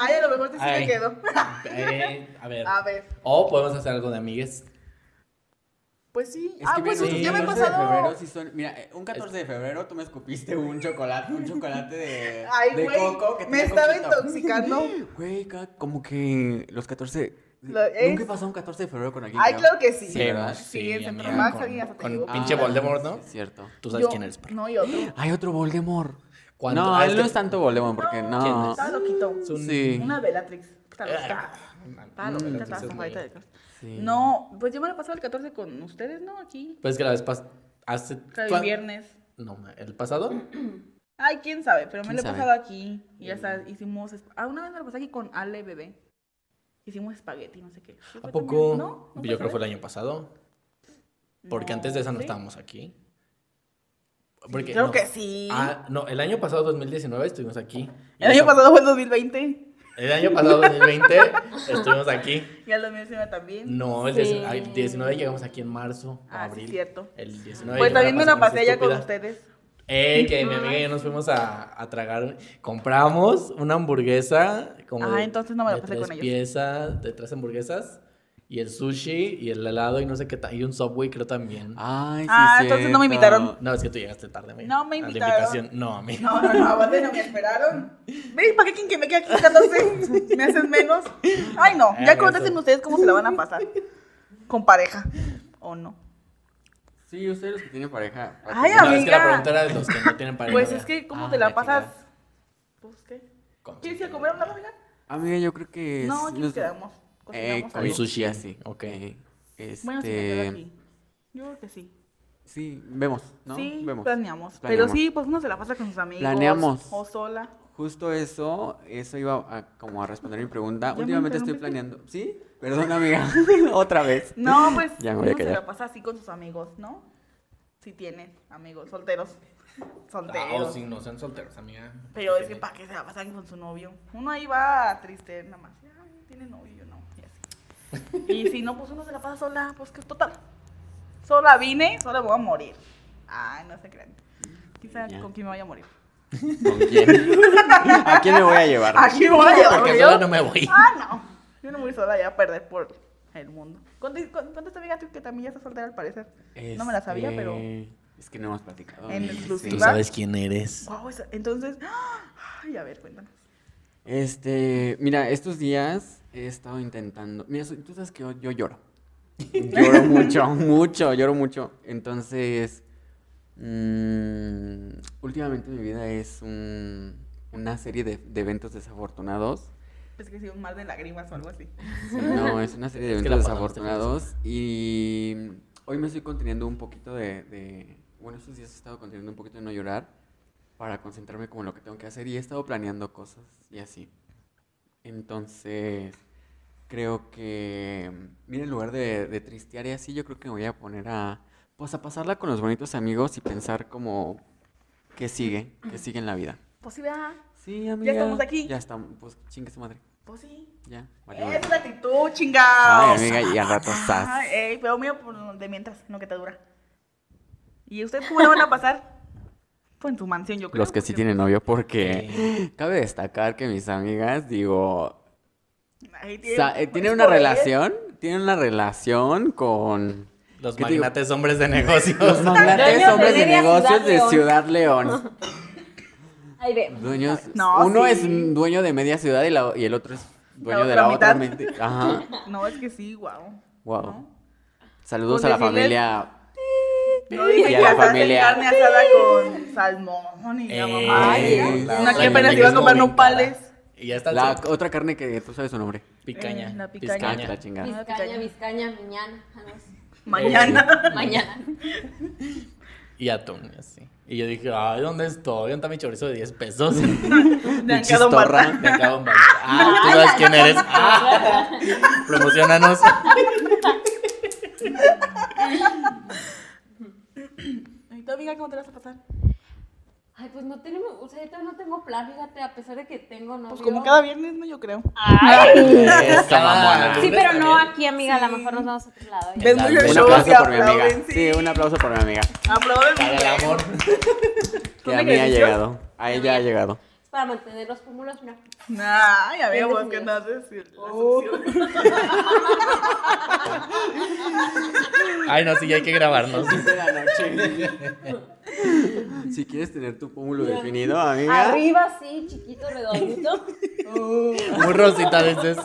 Speaker 3: Ay, a lo mejor te sí
Speaker 1: Ay.
Speaker 3: me quedo.
Speaker 1: eh, a ver.
Speaker 3: A ver.
Speaker 1: O podemos hacer algo de amigues.
Speaker 3: Pues sí.
Speaker 4: Es
Speaker 3: ah,
Speaker 4: que
Speaker 3: pues
Speaker 4: viene
Speaker 1: sí,
Speaker 3: ya
Speaker 4: un
Speaker 3: me ha
Speaker 4: 14 de febrero,
Speaker 3: pasado.
Speaker 4: sí son... Mira, eh, un 14 de febrero tú me escupiste un chocolate, un chocolate de,
Speaker 3: Ay,
Speaker 4: de
Speaker 3: güey,
Speaker 4: coco. Que
Speaker 3: me
Speaker 4: tenía
Speaker 3: estaba
Speaker 4: coquito.
Speaker 3: intoxicando.
Speaker 4: Güey, ca- como que los 14...
Speaker 3: Lo- es-
Speaker 4: Nunca he pasado un 14 de febrero con alguien.
Speaker 3: Ay,
Speaker 4: creo.
Speaker 3: claro que sí.
Speaker 4: Sí, ¿verdad?
Speaker 3: Sí, en Centro
Speaker 1: amiga,
Speaker 3: Max
Speaker 1: con-
Speaker 3: alguien hasta te
Speaker 1: con
Speaker 3: llevó.
Speaker 1: pinche
Speaker 4: Ah,
Speaker 1: Voldemort, ¿no?
Speaker 4: sí, es cierto.
Speaker 1: Tú sabes
Speaker 3: Yo-
Speaker 1: quién eres, perro.
Speaker 3: No, y otro.
Speaker 4: Hay otro Voldemort.
Speaker 1: ¿Cuándo?
Speaker 4: No,
Speaker 1: Ah,
Speaker 4: él
Speaker 1: es
Speaker 4: no
Speaker 1: que-
Speaker 4: es tanto Voldemort porque no.
Speaker 1: ¿Quién es?
Speaker 3: Estaba loquito.
Speaker 1: Es un-
Speaker 4: Sí.
Speaker 3: Una Bellatrix. Está loca. Está loca,
Speaker 1: Ah. Mm,
Speaker 3: está
Speaker 1: sí, es muy-
Speaker 3: zafadita de cosas.
Speaker 4: Sí.
Speaker 3: No, pues yo me lo he pasado el 14 con ustedes, ¿no? Aquí.
Speaker 1: Pues que la vez pasada. Hace...
Speaker 3: Cada
Speaker 1: ¿cuán-
Speaker 3: viernes.
Speaker 1: No, ma- ¿el pasado?
Speaker 3: Ay, quién sabe, pero me
Speaker 4: ¿Quién
Speaker 3: lo he
Speaker 4: sabe?
Speaker 3: pasado aquí. Y
Speaker 1: Mm.
Speaker 3: ya está, hicimos. esp- Ah, una vez me lo pasé aquí con Ale Bebé. Hicimos espagueti, no sé qué. ¿Sí
Speaker 1: ¿A
Speaker 3: fue
Speaker 1: poco?
Speaker 3: también? ¿No?
Speaker 1: Yo
Speaker 3: ¿No
Speaker 1: creo que
Speaker 3: esa
Speaker 1: fue el
Speaker 3: vez?
Speaker 1: año pasado. Porque antes de esa no
Speaker 3: ¿sí?
Speaker 1: estábamos aquí. Porque,
Speaker 3: Creo
Speaker 1: no.
Speaker 3: que sí.
Speaker 1: Ah, no, el año pasado, 2019, estuvimos aquí. Y
Speaker 3: El año
Speaker 1: eso-
Speaker 3: pasado fue el 2020.
Speaker 1: El año pasado, 2020, estuvimos aquí.
Speaker 3: Y el 2019 también.
Speaker 1: No, el
Speaker 2: Sí.
Speaker 1: 19 ay, 19 llegamos aquí en marzo o
Speaker 3: Ah, sí,
Speaker 1: abril.
Speaker 3: cierto.
Speaker 1: El 19
Speaker 3: Pues
Speaker 1: yo
Speaker 3: también me la
Speaker 1: con esa
Speaker 3: pasé allá con
Speaker 1: estúpida.
Speaker 3: ustedes.
Speaker 1: Eh, que mi amiga y yo nos fuimos a, a tragar. Compramos una hamburguesa. Como
Speaker 3: Ah,
Speaker 1: de-
Speaker 3: entonces no me la
Speaker 1: de
Speaker 3: pasé
Speaker 1: tres
Speaker 3: con ellos.
Speaker 1: piezas, de tres hamburguesas. Y el sushi y el helado y no sé qué. ta- Y un subway, creo también.
Speaker 4: Ay, sí,
Speaker 3: Ah, entonces no me
Speaker 4: cierto.
Speaker 3: invitaron.
Speaker 1: No, es que tú llegaste tarde, amiga,
Speaker 3: No me
Speaker 1: a la
Speaker 3: invitaron.
Speaker 1: invitación. No, a mí.
Speaker 3: No, no, no, aparte no me esperaron. Ve, ¿para qué quien que me quede aquí 14? ¿Me hacen menos? Ay,
Speaker 4: Ah,
Speaker 3: no,
Speaker 1: Eh,
Speaker 3: ya
Speaker 1: eso.
Speaker 3: contéstenme ustedes cómo se la van a pasar. Con pareja, ¿o no?
Speaker 4: Sí, ustedes los que tienen pareja.
Speaker 3: Ay,
Speaker 1: No, es que la
Speaker 3: amiga.
Speaker 1: pregunta era de los que no tienen pareja.
Speaker 3: Pues es que, ¿cómo
Speaker 4: Ah,
Speaker 3: te
Speaker 4: la
Speaker 3: la pasas?
Speaker 4: chingada.
Speaker 3: Pues, ¿qué?
Speaker 1: Con-
Speaker 3: ¿Quieres ir a comer a una amiga?
Speaker 4: Amiga, yo creo que.
Speaker 3: No,
Speaker 4: es-
Speaker 3: aquí nos quedamos.
Speaker 4: Este, Eh,
Speaker 3: Cocinamos
Speaker 4: con
Speaker 3: algo.
Speaker 4: sushi así.
Speaker 1: Ok.
Speaker 4: Este...
Speaker 3: Bueno, sí, me quedo aquí. Yo creo que sí.
Speaker 4: Sí, vemos, ¿no?
Speaker 3: sí,
Speaker 4: vemos.
Speaker 3: planeamos. Pero
Speaker 4: Planeamos.
Speaker 3: sí, pues uno se la pasa con sus amigos.
Speaker 4: Planeamos.
Speaker 3: O sola.
Speaker 4: Justo eso, eso iba a, como a responder mi pregunta.
Speaker 3: Ya me
Speaker 4: Últimamente estoy
Speaker 3: interrumpiste.
Speaker 4: planeando. ¿Sí? Perdón, amiga. Otra vez.
Speaker 3: No, pues
Speaker 4: Ya me voy a
Speaker 3: uno se
Speaker 4: callar.
Speaker 3: la pasa así con sus amigos, ¿no? Si tienen amigos, solteros.
Speaker 1: Ah,
Speaker 3: Solteros.
Speaker 1: o si no sean solteros, amiga.
Speaker 3: Pero es que para qué se la pasan con su novio. Uno ahí va triste, nada más. Ay, tiene novio, yo no. Y, así. y si no, pues uno se la pasa sola, pues que total. Sola vine, sola voy a morir. Ay, no se crean. Quizá
Speaker 4: Ya.
Speaker 3: con quién me vaya a morir.
Speaker 4: ¿Con quién? ¿A quién me voy a llevar?
Speaker 3: ¿A quién me voy a llevar?
Speaker 1: Porque
Speaker 3: yo?
Speaker 1: solo no me voy.
Speaker 3: Ah, no. Yo no voy sola ya a perder por el mundo. Conte- con- Contesta, amiga, tú que también ya estás soltera al parecer. No me la sabía, pero.
Speaker 4: Este, Es que no hemos platicado.
Speaker 3: En
Speaker 4: amiga, sí.
Speaker 3: exclusiva.
Speaker 1: Tú sabes quién eres.
Speaker 3: Wow, esa- entonces. Ay, a ver, cuéntanos.
Speaker 4: Este, mira, estos días he estado intentando. Mira, so- tú sabes que yo, yo lloro. Lloro mucho, mucho, lloro mucho. Entonces, mm, últimamente mi vida es un- una serie de, de eventos desafortunados.
Speaker 3: Pensé que sí, un mar de lágrimas o algo así.
Speaker 4: Sí, No, es una serie de
Speaker 1: Es que
Speaker 4: eventos
Speaker 1: la pasaste
Speaker 4: desafortunados. Y hoy me estoy conteniendo un poquito de, de- Bueno, estos días he estado conteniendo un poquito de no llorar para concentrarme como en lo que tengo que hacer y he estado planeando cosas y así. Entonces, creo que. Mira, en lugar de, de tristear y así, yo creo que me voy a poner a. Pues a pasarla con los bonitos amigos y pensar como. ¿Qué sigue? ¿Qué sigue en la vida?
Speaker 3: Pues sí, vea.
Speaker 4: Sí, amiga.
Speaker 3: estamos aquí.
Speaker 4: Ya estamos. Pues chingue su madre.
Speaker 3: Pues sí.
Speaker 4: Ya. valió
Speaker 3: Esa
Speaker 4: madre.
Speaker 3: es la actitud, chingado.
Speaker 4: Ay, amiga, y al rato estás.
Speaker 3: Ay, ey, pero mío, por de mientras, no que te dura. ¿Y ustedes cómo la van a pasar? Pues en tu mansión, yo creo.
Speaker 4: Los que sí
Speaker 3: porque-
Speaker 4: tienen novio, porque cabe destacar que mis amigas, digo,
Speaker 3: Ahí pues
Speaker 4: sa- eh, tienen
Speaker 3: es
Speaker 4: una
Speaker 3: por él.
Speaker 4: relación, tienen una relación con
Speaker 1: Los
Speaker 4: ¿Qué te digo?
Speaker 1: magnates hombres de negocios.
Speaker 4: los magnates
Speaker 2: Dueños de
Speaker 4: hombres de
Speaker 2: media
Speaker 4: negocios
Speaker 2: Ciudad
Speaker 4: de
Speaker 2: León.
Speaker 4: Ciudad León.
Speaker 2: Ahí vemos.
Speaker 4: Dueños,
Speaker 3: No,
Speaker 4: uno
Speaker 3: sí.
Speaker 4: es dueño de media ciudad y, la- y el otro es dueño de
Speaker 3: otra
Speaker 4: la otra.
Speaker 3: mitad.
Speaker 4: meti- Ajá.
Speaker 3: No, es que sí, wow.
Speaker 4: Wow.
Speaker 3: ¿No?
Speaker 4: Saludos
Speaker 3: Pues
Speaker 4: a la
Speaker 3: decirles-
Speaker 4: familia.
Speaker 3: No dije
Speaker 4: Y a
Speaker 3: que
Speaker 4: la
Speaker 3: hacen
Speaker 4: familia.
Speaker 3: carne asada con salmón y la
Speaker 1: Eh,
Speaker 3: mamá.
Speaker 4: Ay,
Speaker 1: la
Speaker 4: no,
Speaker 3: una
Speaker 1: otra
Speaker 3: que apenas
Speaker 1: que
Speaker 3: iba a
Speaker 1: es
Speaker 3: comprar
Speaker 1: muy
Speaker 3: nopales.
Speaker 1: cara. Y ya está
Speaker 4: La
Speaker 1: la
Speaker 4: otra carne que tú sabes su nombre.
Speaker 1: picaña.
Speaker 3: Eh, la
Speaker 4: Ah,
Speaker 3: picaña.
Speaker 1: Pizcaña.
Speaker 4: que la chingada.
Speaker 2: Vizcaña, Vizcaña, mañana. algo así.
Speaker 3: Mañana.
Speaker 2: Mañana.
Speaker 1: Y atún, y así. Y yo dije, ay, ¿dónde estoy? ¿Dónde está mi chorizo de 10 pesos?
Speaker 3: Me han
Speaker 4: Pinches
Speaker 3: quedado
Speaker 4: torra.
Speaker 3: embarazada.
Speaker 1: Me acabo de embarazar. Ah, tú sabes quién eres. Ah, promocionanos.
Speaker 4: Eh.
Speaker 3: ¿Y tú, amiga, cómo te la vas a pasar?
Speaker 2: Ay, pues no tenemos, o sea, yo todavía no tengo plan, fíjate, a pesar de que tengo novio.
Speaker 3: Pues como cada viernes, no, yo creo.
Speaker 1: Esa
Speaker 4: mamona.
Speaker 2: Sí, pero no
Speaker 1: Está bien.
Speaker 2: aquí, amiga, a lo mejor nos vamos a otro lado. ya.
Speaker 3: Ves
Speaker 1: tal?
Speaker 3: mucho
Speaker 1: Un
Speaker 4: Un
Speaker 3: show,
Speaker 4: aplauso
Speaker 3: se
Speaker 4: por mi amiga.
Speaker 3: aplauden,
Speaker 4: Sí, un aplauso por mi amiga.
Speaker 3: Aplauden.
Speaker 1: Para el amor.
Speaker 4: Que
Speaker 3: ¿Dónde
Speaker 4: a mí ha
Speaker 3: creció?
Speaker 4: llegado. A ella ha llegado.
Speaker 2: para mantener los pómulos. Mira,
Speaker 3: Nah, ya
Speaker 2: Bien
Speaker 3: vemos que
Speaker 2: definido.
Speaker 3: andas decir. la
Speaker 2: Oh.
Speaker 3: succión.
Speaker 1: Ay, no, sí, ya hay que grabarnos.
Speaker 4: de la noche. si quieres tener tu pómulo definido, amiga.
Speaker 2: arriba sí, chiquito, redondito.
Speaker 1: Muy rosita a veces.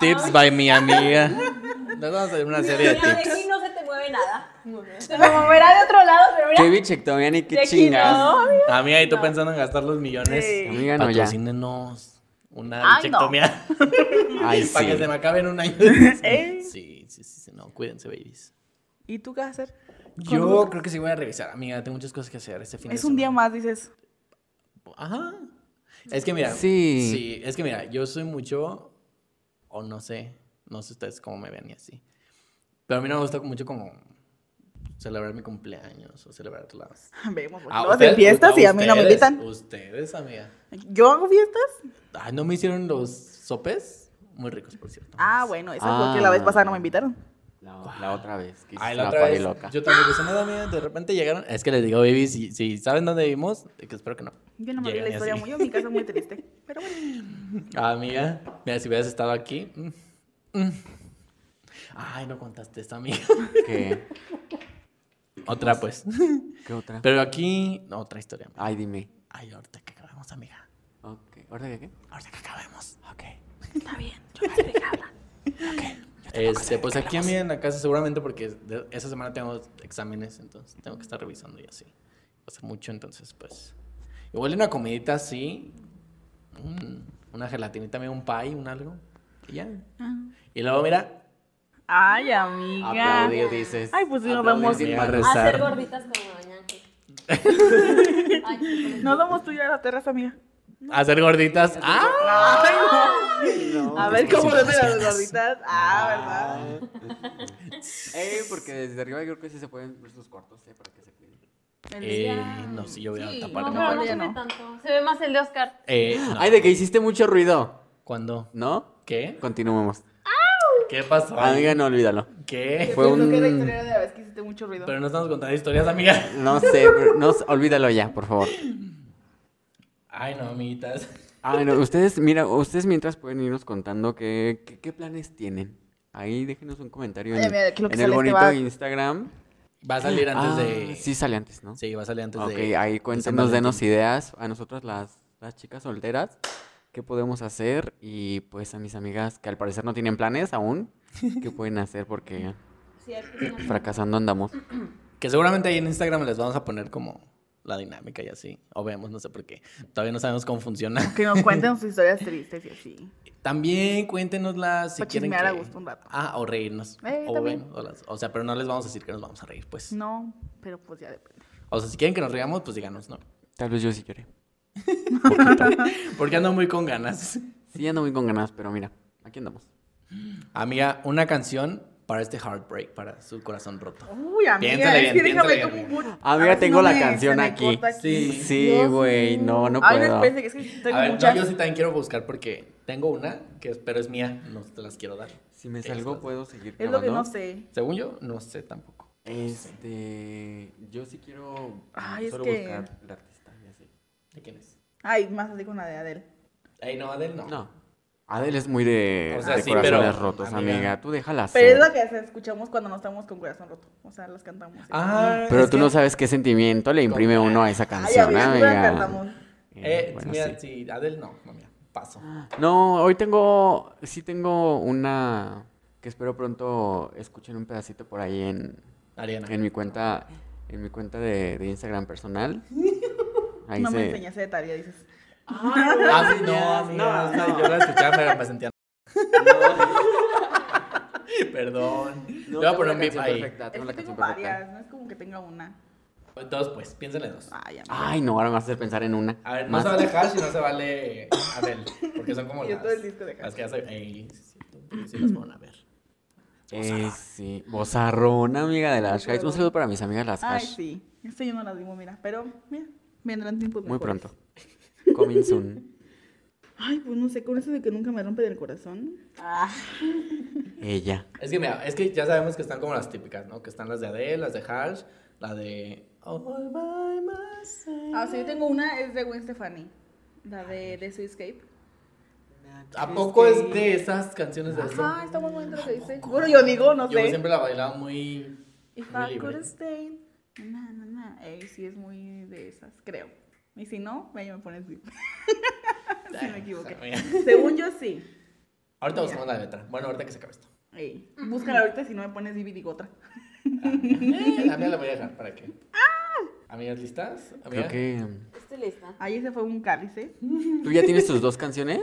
Speaker 1: Tips by mi amiga. Nos vamos a hacer una serie de
Speaker 2: Mira, de
Speaker 1: tips.
Speaker 2: aquí no se te mueve nada. Se me moverá de otro lado, pero mira.
Speaker 4: Qué bichectomía ni
Speaker 2: de
Speaker 4: qué
Speaker 2: aquí
Speaker 4: chingas.
Speaker 2: no.
Speaker 1: Amiga, ¿y tú pensando en gastar los millones?
Speaker 3: Sí.
Speaker 4: Amiga, no, ya.
Speaker 1: Patrocínenos una
Speaker 3: Ay,
Speaker 1: bichectomía.
Speaker 4: Ay,
Speaker 1: Para
Speaker 4: sí.
Speaker 1: que se me acabe en un año. Sí, sí, sí, sí, no, cuídense, babies.
Speaker 3: ¿Y tú qué vas a hacer?
Speaker 1: Yo
Speaker 3: nosotros?
Speaker 1: creo que sí voy a revisar, amiga, tengo muchas cosas que hacer este fin de
Speaker 3: Es un día
Speaker 1: semana.
Speaker 3: más, dices.
Speaker 1: Ajá. Es que mira,
Speaker 4: Sí.
Speaker 1: sí, es que mira, yo soy mucho, o no sé, no sé ustedes cómo me ven y así, pero a mí no me gusta mucho como celebrar mi cumpleaños o celebrar las...
Speaker 3: Vemos, porque
Speaker 1: Ah,
Speaker 3: luego
Speaker 1: ustedes-
Speaker 3: hacen fiestas y a mí no me
Speaker 1: ustedes-
Speaker 3: invitan.
Speaker 1: Ustedes, amiga.
Speaker 3: ¿Yo hago fiestas?
Speaker 1: Ay, ¿no me hicieron los sopes? Muy ricos, por cierto.
Speaker 3: Ah, bueno, eso
Speaker 4: Ah.
Speaker 3: porque la vez pasada no me invitaron.
Speaker 4: La, la otra vez. Que
Speaker 1: Ay,
Speaker 4: hiciste
Speaker 1: la
Speaker 4: una
Speaker 1: otra vez,
Speaker 4: loca.
Speaker 1: yo tampoco hice nada, amiga, de repente llegaron, es que les digo, baby, si, si saben dónde vivimos, que espero que no.
Speaker 3: Yo no me vi
Speaker 1: Llegan
Speaker 3: la
Speaker 1: y
Speaker 3: historia
Speaker 1: así.
Speaker 3: muy, yo en mi casa muy triste. Pero bueno.
Speaker 1: Ah, amiga, mira, si hubieras estado aquí. mm, mm. Ay, no contaste esta, amiga.
Speaker 4: ¿Qué?
Speaker 1: Otra, pues.
Speaker 4: ¿Qué otra?
Speaker 1: Pero aquí, no, otra historia. amiga.
Speaker 4: Ay, dime.
Speaker 1: Ay, ahorita que acabemos, amiga.
Speaker 4: Ok. ¿Ahora qué? qué?
Speaker 1: Ahorita que acabemos.
Speaker 4: Ok.
Speaker 3: Está bien, yo sé de qué hablan.
Speaker 1: Este, pues aquí a mí en la casa, seguramente, porque de- esa semana tengo exámenes, entonces tengo que estar revisando y así. Va a ser mucho, entonces, pues. Igual una comidita así. un- una gelatinita, amiga, un pie, un algo. Y ya. Y luego, mira,
Speaker 3: Ay, amiga.
Speaker 4: Aplaudir, dices.
Speaker 3: Ay, pues sí, nos
Speaker 4: Aplaudir
Speaker 3: vemos.
Speaker 4: sin
Speaker 1: Mira,
Speaker 4: parar.
Speaker 1: res-
Speaker 2: Hacer
Speaker 1: Besar.
Speaker 2: gorditas como doña Ángel. Ay, qué
Speaker 3: Nos vamos tú y yo a la terraza, amiga.
Speaker 1: hacer gorditas. ¡Ah!
Speaker 3: Ay,
Speaker 4: No.
Speaker 3: A ver cómo
Speaker 1: Después
Speaker 3: no
Speaker 1: de
Speaker 3: te las
Speaker 1: las
Speaker 3: gorditas. Ah, ¿verdad?
Speaker 4: Eh, porque desde arriba yo creo que sí se pueden ver sus cuartos, eh, para que se cuiden.
Speaker 1: Eh, no, sí, yo voy a
Speaker 3: Sí,
Speaker 1: tapar.
Speaker 2: No,
Speaker 1: No,
Speaker 2: pero no
Speaker 3: ya
Speaker 2: se
Speaker 3: no.
Speaker 2: ve tanto. Se ve más el de Oscar.
Speaker 1: Eh, no.
Speaker 4: Ay, de que hiciste mucho ruido,
Speaker 1: ¿Cuándo?
Speaker 4: ¿no?
Speaker 1: ¿Qué?
Speaker 4: Continuemos.
Speaker 1: ¿Qué pasó?
Speaker 4: Amiga, no olvídalo.
Speaker 1: ¿Qué?
Speaker 4: Fue
Speaker 3: Fue un... que era
Speaker 4: un-
Speaker 3: historia de la vez que hiciste mucho ruido.
Speaker 1: Pero no estamos contando historias, amiga.
Speaker 4: No sé, pero no, olvídalo ya, por favor.
Speaker 1: Ay, no, amiguitas.
Speaker 4: Ah, bueno, ustedes, mira, ustedes mientras pueden irnos contando qué, qué, qué planes tienen. Ahí déjenos un comentario
Speaker 3: Ay,
Speaker 4: en,
Speaker 3: mira, aquí lo que
Speaker 4: en el
Speaker 3: sale este
Speaker 4: bonito
Speaker 3: va-
Speaker 4: Instagram.
Speaker 1: Va a salir antes
Speaker 4: Ah,
Speaker 1: de.
Speaker 4: Sí, sale antes, ¿no?
Speaker 1: Sí, va a salir antes
Speaker 4: ok,
Speaker 1: de.
Speaker 4: ahí
Speaker 1: de
Speaker 4: cuéntenos,
Speaker 1: San
Speaker 4: denos
Speaker 1: Valentín.
Speaker 4: ideas a nosotras las, las chicas solteras, qué podemos hacer y pues a mis amigas que al parecer no tienen planes aún, qué pueden hacer porque
Speaker 2: Sí, hay que tener-
Speaker 4: fracasando andamos.
Speaker 1: Que seguramente ahí en Instagram les vamos a poner como la dinámica y así. O vemos, no sé por qué. Todavía no sabemos cómo funciona.
Speaker 3: Que nos cuenten sus historias tristes y así.
Speaker 1: También cuéntenoslas si
Speaker 3: Pa'
Speaker 1: quieren.
Speaker 3: chismear
Speaker 1: que-
Speaker 3: a gusto un rato.
Speaker 1: Ah, o reírnos.
Speaker 3: Eh,
Speaker 1: o,
Speaker 3: también.
Speaker 1: bueno, o las- o sea, pero no les vamos a decir que nos vamos a reír, pues.
Speaker 3: No, pero pues ya depende.
Speaker 1: O sea, si quieren que nos reamos, pues díganos, ¿no?
Speaker 4: Tal vez yo sí lloré.
Speaker 1: Porque ando muy con ganas.
Speaker 4: Sí, ando muy con ganas, pero mira, aquí andamos.
Speaker 1: Amiga, una canción para este heartbreak, para su corazón roto.
Speaker 3: Uy, amiga,
Speaker 1: Piénsale
Speaker 3: es
Speaker 1: bien,
Speaker 3: que déjame
Speaker 1: piénsale
Speaker 3: como
Speaker 1: bien.
Speaker 3: un...
Speaker 4: Amiga,
Speaker 3: si
Speaker 4: tengo la
Speaker 3: se
Speaker 4: canción
Speaker 3: me
Speaker 4: aquí.
Speaker 3: corta aquí.
Speaker 1: Sí.
Speaker 4: Sí,
Speaker 3: Dios
Speaker 4: güey,
Speaker 3: mío.
Speaker 4: no, no
Speaker 3: Ay,
Speaker 4: puedo.
Speaker 3: espérense, que es que tengo
Speaker 1: A ver, no,
Speaker 3: muchas.
Speaker 1: yo sí también quiero buscar porque tengo una, que es- pero es mía, no te las quiero dar.
Speaker 4: Si me
Speaker 1: Extras.
Speaker 4: salgo puedo seguir
Speaker 3: Es lo que no
Speaker 4: grabando?
Speaker 3: sé.
Speaker 1: Según yo, no sé tampoco.
Speaker 4: Este, yo sí quiero
Speaker 3: Ay, es
Speaker 4: solo
Speaker 3: que-
Speaker 4: buscar el artista y así.
Speaker 1: ¿De quién es?
Speaker 3: Ay, más así con la de Adele.
Speaker 1: Ay, no, Adel no.
Speaker 4: No. Adele es muy de,
Speaker 1: O sea,
Speaker 4: de
Speaker 1: sí,
Speaker 4: corazones
Speaker 1: pero,
Speaker 4: rotos,
Speaker 1: amiga.
Speaker 4: amiga. Tú déjala
Speaker 3: Pero es
Speaker 4: ser.
Speaker 3: la que escuchamos cuando no estamos con corazón roto. O sea, las cantamos.
Speaker 1: Ah,
Speaker 4: Pero
Speaker 1: es
Speaker 4: tú
Speaker 1: que-
Speaker 4: no sabes qué sentimiento le imprime uno a esa
Speaker 3: Ay,
Speaker 4: canción,
Speaker 3: amiga, tú la
Speaker 4: amiga.
Speaker 3: cantamos.
Speaker 1: Eh,
Speaker 4: Eh, bueno,
Speaker 1: mira,
Speaker 4: sí. Ah.
Speaker 1: sí, Adel no, no, mira, paso.
Speaker 4: No, hoy tengo, sí tengo una que espero pronto escuchen un pedacito por ahí en,
Speaker 1: Ariana.
Speaker 4: en mi cuenta, en mi cuenta de, de Instagram personal. Ahí
Speaker 3: No me
Speaker 4: se-
Speaker 3: enseñaste de tarea, dices.
Speaker 1: Ah, sí, no, amiga, o sea, yo la escuchaba, me, me sentía. Perdón.
Speaker 4: No,
Speaker 1: Le voy a
Speaker 4: tengo
Speaker 1: poner
Speaker 4: la
Speaker 1: un beep
Speaker 4: canción
Speaker 1: ahí.
Speaker 4: perfecta,
Speaker 3: Es
Speaker 4: tengo la
Speaker 3: que tengo
Speaker 4: canción perfecta.
Speaker 3: varias, no es como que tenga una.
Speaker 1: Dos, pues, piénsenle dos.
Speaker 3: Ay, amiga.
Speaker 4: Ay, no, ahora me vas a hacer pensar en una.
Speaker 1: A ver, no
Speaker 4: Ah. más.
Speaker 1: se vale Hash y no se vale Adel, porque son como
Speaker 3: Yo
Speaker 1: las,
Speaker 3: todo el disco de Hash.
Speaker 1: las que hace... Ey, sí, sí, sí, sí, las van a ver.
Speaker 4: Eh, sí, bozarrón, amiga de las Hash. Un saludo para mis amigas las
Speaker 3: Ay,
Speaker 4: Hash.
Speaker 3: sí. Esto yo no las dimos, mira. Pero, mira, vendrán tiempos
Speaker 4: Muy
Speaker 3: mejores.
Speaker 4: pronto. Coming soon.
Speaker 3: Ay, pues no sé, con eso de que nunca me rompe del corazón. Ah.
Speaker 4: Ella.
Speaker 1: Es que mira, es que ya sabemos que están como las típicas, ¿no? Que están las de Adele, las de Hash, la de All by myself.
Speaker 3: Ah, sí, yo tengo una, es de Gwen Stefani. La de, de Escape.
Speaker 1: ¿A poco es de esas canciones de eso?
Speaker 3: Ajá, Ah, está muy bonito lo que dice. Bueno, yo digo, no
Speaker 1: Yo
Speaker 3: sé.
Speaker 1: siempre la bailaba muy.
Speaker 3: If
Speaker 1: muy
Speaker 3: I
Speaker 1: libre.
Speaker 3: could stay. Na, na, na. Ey, sí, es muy de esas, creo. Y si no, ahí me pones bien. si me equivoqué. Según yo, sí.
Speaker 1: Ahorita buscamos la letra. Bueno, ahorita que se acabe esto.
Speaker 3: Ey, búscala ahorita si no me pones Divi digo otra.
Speaker 1: Eh, La mía la voy a dejar para que.
Speaker 3: Ah.
Speaker 1: Amigas, ¿listas?
Speaker 4: Creo
Speaker 1: Amiga.
Speaker 4: que. mm,
Speaker 2: Estoy lista.
Speaker 3: Ahí se fue un cálice.
Speaker 4: ¿Tú ya tienes tus dos canciones?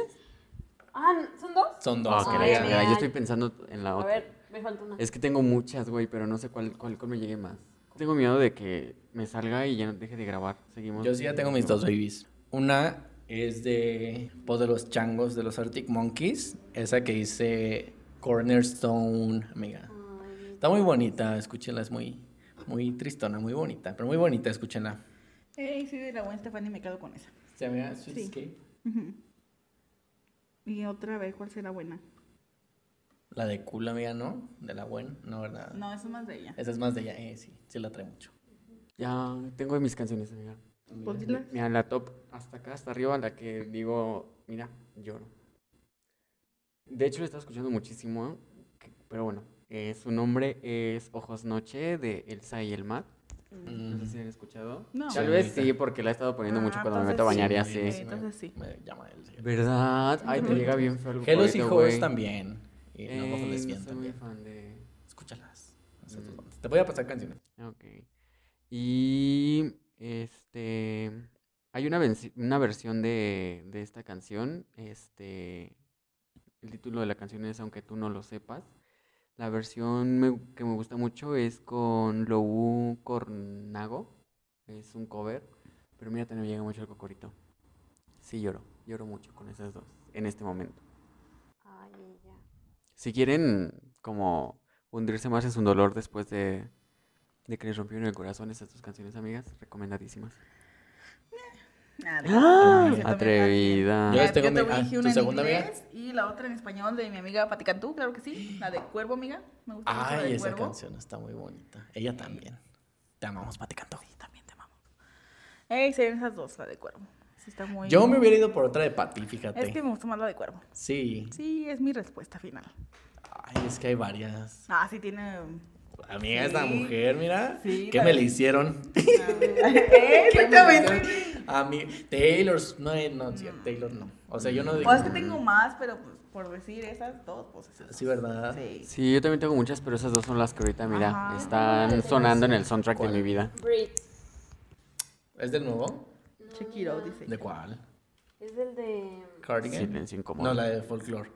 Speaker 2: Ah, ¿son dos?
Speaker 1: Son
Speaker 4: Ah,
Speaker 1: dos.
Speaker 4: ok,
Speaker 1: creo.
Speaker 2: Ay,
Speaker 4: ya, ya,
Speaker 2: ay.
Speaker 4: yo estoy pensando en la
Speaker 2: A
Speaker 4: otra.
Speaker 2: ver, me falta una.
Speaker 4: Es que tengo muchas, güey, pero no sé cuál, cuál, cuál me llegue más. Tengo miedo de que me salga y ya no deje de grabar. Seguimos.
Speaker 1: Yo sí ya tengo mis dos babies. Una es de Voz de los Changos de los Arctic Monkeys. Esa que dice Cornerstone, amiga.
Speaker 2: Ay,
Speaker 1: Está muy bonita, escúchenla, es muy, muy tristona, muy bonita, pero muy bonita, escúchenla.
Speaker 3: Ey, sí, de la buena Stephanie me quedo con esa.
Speaker 1: ¿Se llama Sweet
Speaker 3: Sí.
Speaker 1: Escape?
Speaker 3: Ujú. Y otra vez, ¿cuál será buena?
Speaker 1: La de cool, amiga, ¿no? De la buena, no, ¿verdad?
Speaker 3: No, eso más de ella.
Speaker 1: Esa es más de ella, eh, sí, sí la trae mucho.
Speaker 4: Ya tengo mis canciones, amiga.
Speaker 1: Mira.
Speaker 3: Ponla.
Speaker 4: Mira, la top hasta acá, hasta arriba, la que digo, mira, lloro. De hecho, la estaba escuchando muchísimo, que- pero bueno. eh, su nombre es Ojos Noche de Elsa y el Mat. No sé
Speaker 1: Mm,
Speaker 4: si la han escuchado.
Speaker 3: No.
Speaker 4: Tal vez
Speaker 1: Señorita.
Speaker 4: sí, porque la he estado poniendo mucho
Speaker 3: Ah,
Speaker 4: cuando me meto a
Speaker 3: entonces
Speaker 4: bañar y
Speaker 1: sí,
Speaker 4: así.
Speaker 1: sí,
Speaker 3: Eh, Entonces sí.
Speaker 1: Me llama él.
Speaker 4: ¿Verdad? Ay, te llega bien feo el
Speaker 1: Hellos y
Speaker 4: cohete,
Speaker 1: Hoes
Speaker 4: güey. Eh,
Speaker 1: también. Y no
Speaker 4: Ey,
Speaker 1: confundes
Speaker 4: no
Speaker 1: bien
Speaker 4: soy muy
Speaker 1: también.
Speaker 4: fan de...
Speaker 1: Escúchalas. no sé tus bandas. Te voy a pasar canciones.
Speaker 4: Ok. Y este hay una, venci- una versión de, de esta canción. Este el título de la canción es Aunque tú no lo sepas. La versión me- que me gusta mucho es con Lou Cornago. Es un cover. Pero mira, también me llega mucho el cocorito. Sí, lloro. Lloro mucho con esas dos en este momento.
Speaker 2: ay, ella.
Speaker 4: Si quieren como hundirse más en su dolor después de, de que les rompieron el corazón esas dos canciones, amigas, recomendadísimas.
Speaker 3: Nada.
Speaker 4: Ah,
Speaker 3: Yo también la-
Speaker 4: atrevida.
Speaker 1: Yo
Speaker 3: Ya,
Speaker 1: les tengo
Speaker 3: te
Speaker 1: mi- ah,
Speaker 3: dije
Speaker 1: ¿tu
Speaker 3: una en
Speaker 1: segunda amiga?
Speaker 3: inglés y la otra en español de mi amiga Paticantú, claro que sí. La de Cuervo, amiga. Me gusta mucho la
Speaker 1: Ay,
Speaker 3: de
Speaker 1: esa
Speaker 3: Cuervo.
Speaker 1: canción está muy bonita. Ella también. Te amamos, Pati Cantó.
Speaker 3: También te amamos. Ey, serían esas dos, la de Cuervo. Sí, está muy...
Speaker 1: Yo me hubiera ido por otra de Pati, fíjate.
Speaker 3: Es que me gusta más la de Cuervo.
Speaker 1: Sí.
Speaker 3: Sí, es mi respuesta final.
Speaker 1: Ay, es que hay varias.
Speaker 3: Ah, sí tiene...
Speaker 1: Amiga,
Speaker 3: Sí.
Speaker 1: esta mujer, mira.
Speaker 3: Sí,
Speaker 1: ¿Qué
Speaker 3: la-
Speaker 1: me le hicieron?
Speaker 3: Eh, Exactamente.
Speaker 1: A mí, Taylor, no, eh, no, sí, Taylor no. O sea, yo no digo.
Speaker 3: Ah. O es que tengo más, pero pues, por decir esas dos, pues esas dos.
Speaker 1: Sí, ¿verdad?
Speaker 3: Sí.
Speaker 4: Sí, yo también tengo muchas, pero esas dos son las que ahorita, mira,
Speaker 3: Ajá.
Speaker 4: están sonando en el soundtrack de mi vida.
Speaker 2: Brit.
Speaker 1: ¿Es del nuevo?
Speaker 2: No,
Speaker 3: Check it out,
Speaker 2: mira.
Speaker 3: dice.
Speaker 1: ¿De cuál?
Speaker 2: Es el de.
Speaker 1: Cardigan.
Speaker 4: Silencio incómodo.
Speaker 1: No, la de folklore.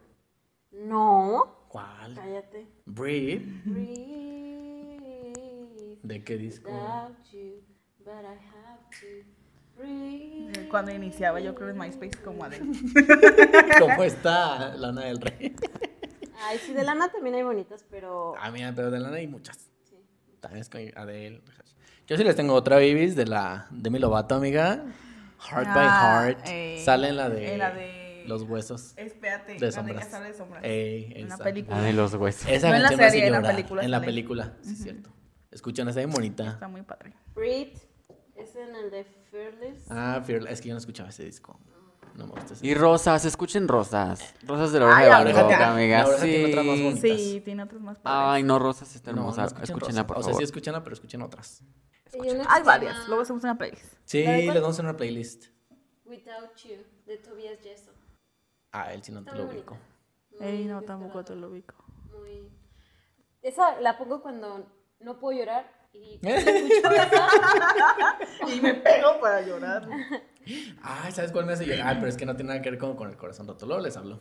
Speaker 2: No.
Speaker 1: ¿Cuál?
Speaker 2: Cállate.
Speaker 1: Breathe.
Speaker 2: Breathe.
Speaker 1: ¿De qué disco?
Speaker 3: Ah.
Speaker 2: Without you, but I have to breathe.
Speaker 3: Cuando iniciaba, yo creo en MySpace como Adele.
Speaker 1: ¿Cómo está Lana del Rey?
Speaker 2: Ay, sí, de lana también hay bonitas, pero.
Speaker 1: Ah, mira, pero de Lana hay muchas.
Speaker 2: Sí.
Speaker 1: También es con Adele. Yo sí les tengo otra babies de la de mi Lovato, amiga. Heart by
Speaker 3: Ah,
Speaker 1: Heart.
Speaker 3: eh,
Speaker 1: Sale en la de,
Speaker 3: en la de-
Speaker 1: Los Huesos
Speaker 3: Espérate,
Speaker 1: de
Speaker 3: la de
Speaker 1: Sombras. Eh,
Speaker 3: Cazadores de Sombras.
Speaker 1: Ey,
Speaker 3: Una
Speaker 1: esa.
Speaker 3: película.
Speaker 4: La de los huesos.
Speaker 1: Esa
Speaker 3: No en la
Speaker 1: canción me hace
Speaker 3: serie, en la
Speaker 1: llorar.
Speaker 3: película
Speaker 1: En la
Speaker 3: sale.
Speaker 1: película, sí, es cierto. Escuchan, esa bien
Speaker 3: Está
Speaker 1: bonita.
Speaker 3: muy padre.
Speaker 2: Breathe. Es en el de Fearless.
Speaker 1: Ah, Fearless. Es que yo no escuchaba ese disco. No me gusta ese
Speaker 4: Y rosas, escuchen rosas. Rosas de la oreja
Speaker 3: Ay,
Speaker 4: de
Speaker 3: la
Speaker 4: Van
Speaker 1: oreja
Speaker 4: Gogh,
Speaker 1: tiene-
Speaker 4: amiga.
Speaker 1: la oreja tiene otras más
Speaker 4: sí.
Speaker 1: bonitas.
Speaker 3: Sí, tiene otros más padres.
Speaker 4: Ay, no, rosas está
Speaker 1: No,
Speaker 4: hermosa.
Speaker 1: no escuchen
Speaker 4: Escúchenla,
Speaker 1: Rosas.
Speaker 4: por
Speaker 1: O sea,
Speaker 4: favor.
Speaker 1: sí escuchan, pero escuchen otras.
Speaker 2: Hay una que
Speaker 3: Hay
Speaker 2: se
Speaker 3: varias,
Speaker 2: llama
Speaker 3: luego hacemos una playlist.
Speaker 1: Sí,
Speaker 2: ¿La de
Speaker 1: les
Speaker 2: cuál?
Speaker 1: vamos a hacer una playlist.
Speaker 2: Without You, de Tobias Yeso.
Speaker 1: Ah, él sí no te
Speaker 2: Está
Speaker 1: lo
Speaker 2: muy
Speaker 1: ubico.
Speaker 2: bonita. Muy
Speaker 3: Ey, no,
Speaker 2: descarada,
Speaker 3: tampoco te lo ubico.
Speaker 2: Muy... Esa la pongo cuando no puedo llorar y
Speaker 1: ¿Eh?
Speaker 2: la escucho esa.
Speaker 3: Y me pego para llorar.
Speaker 1: Ay, ¿sabes cuál me hace llorar? Ay, pero es que no tiene nada que ver con, con el corazón roto. Luego les hablo.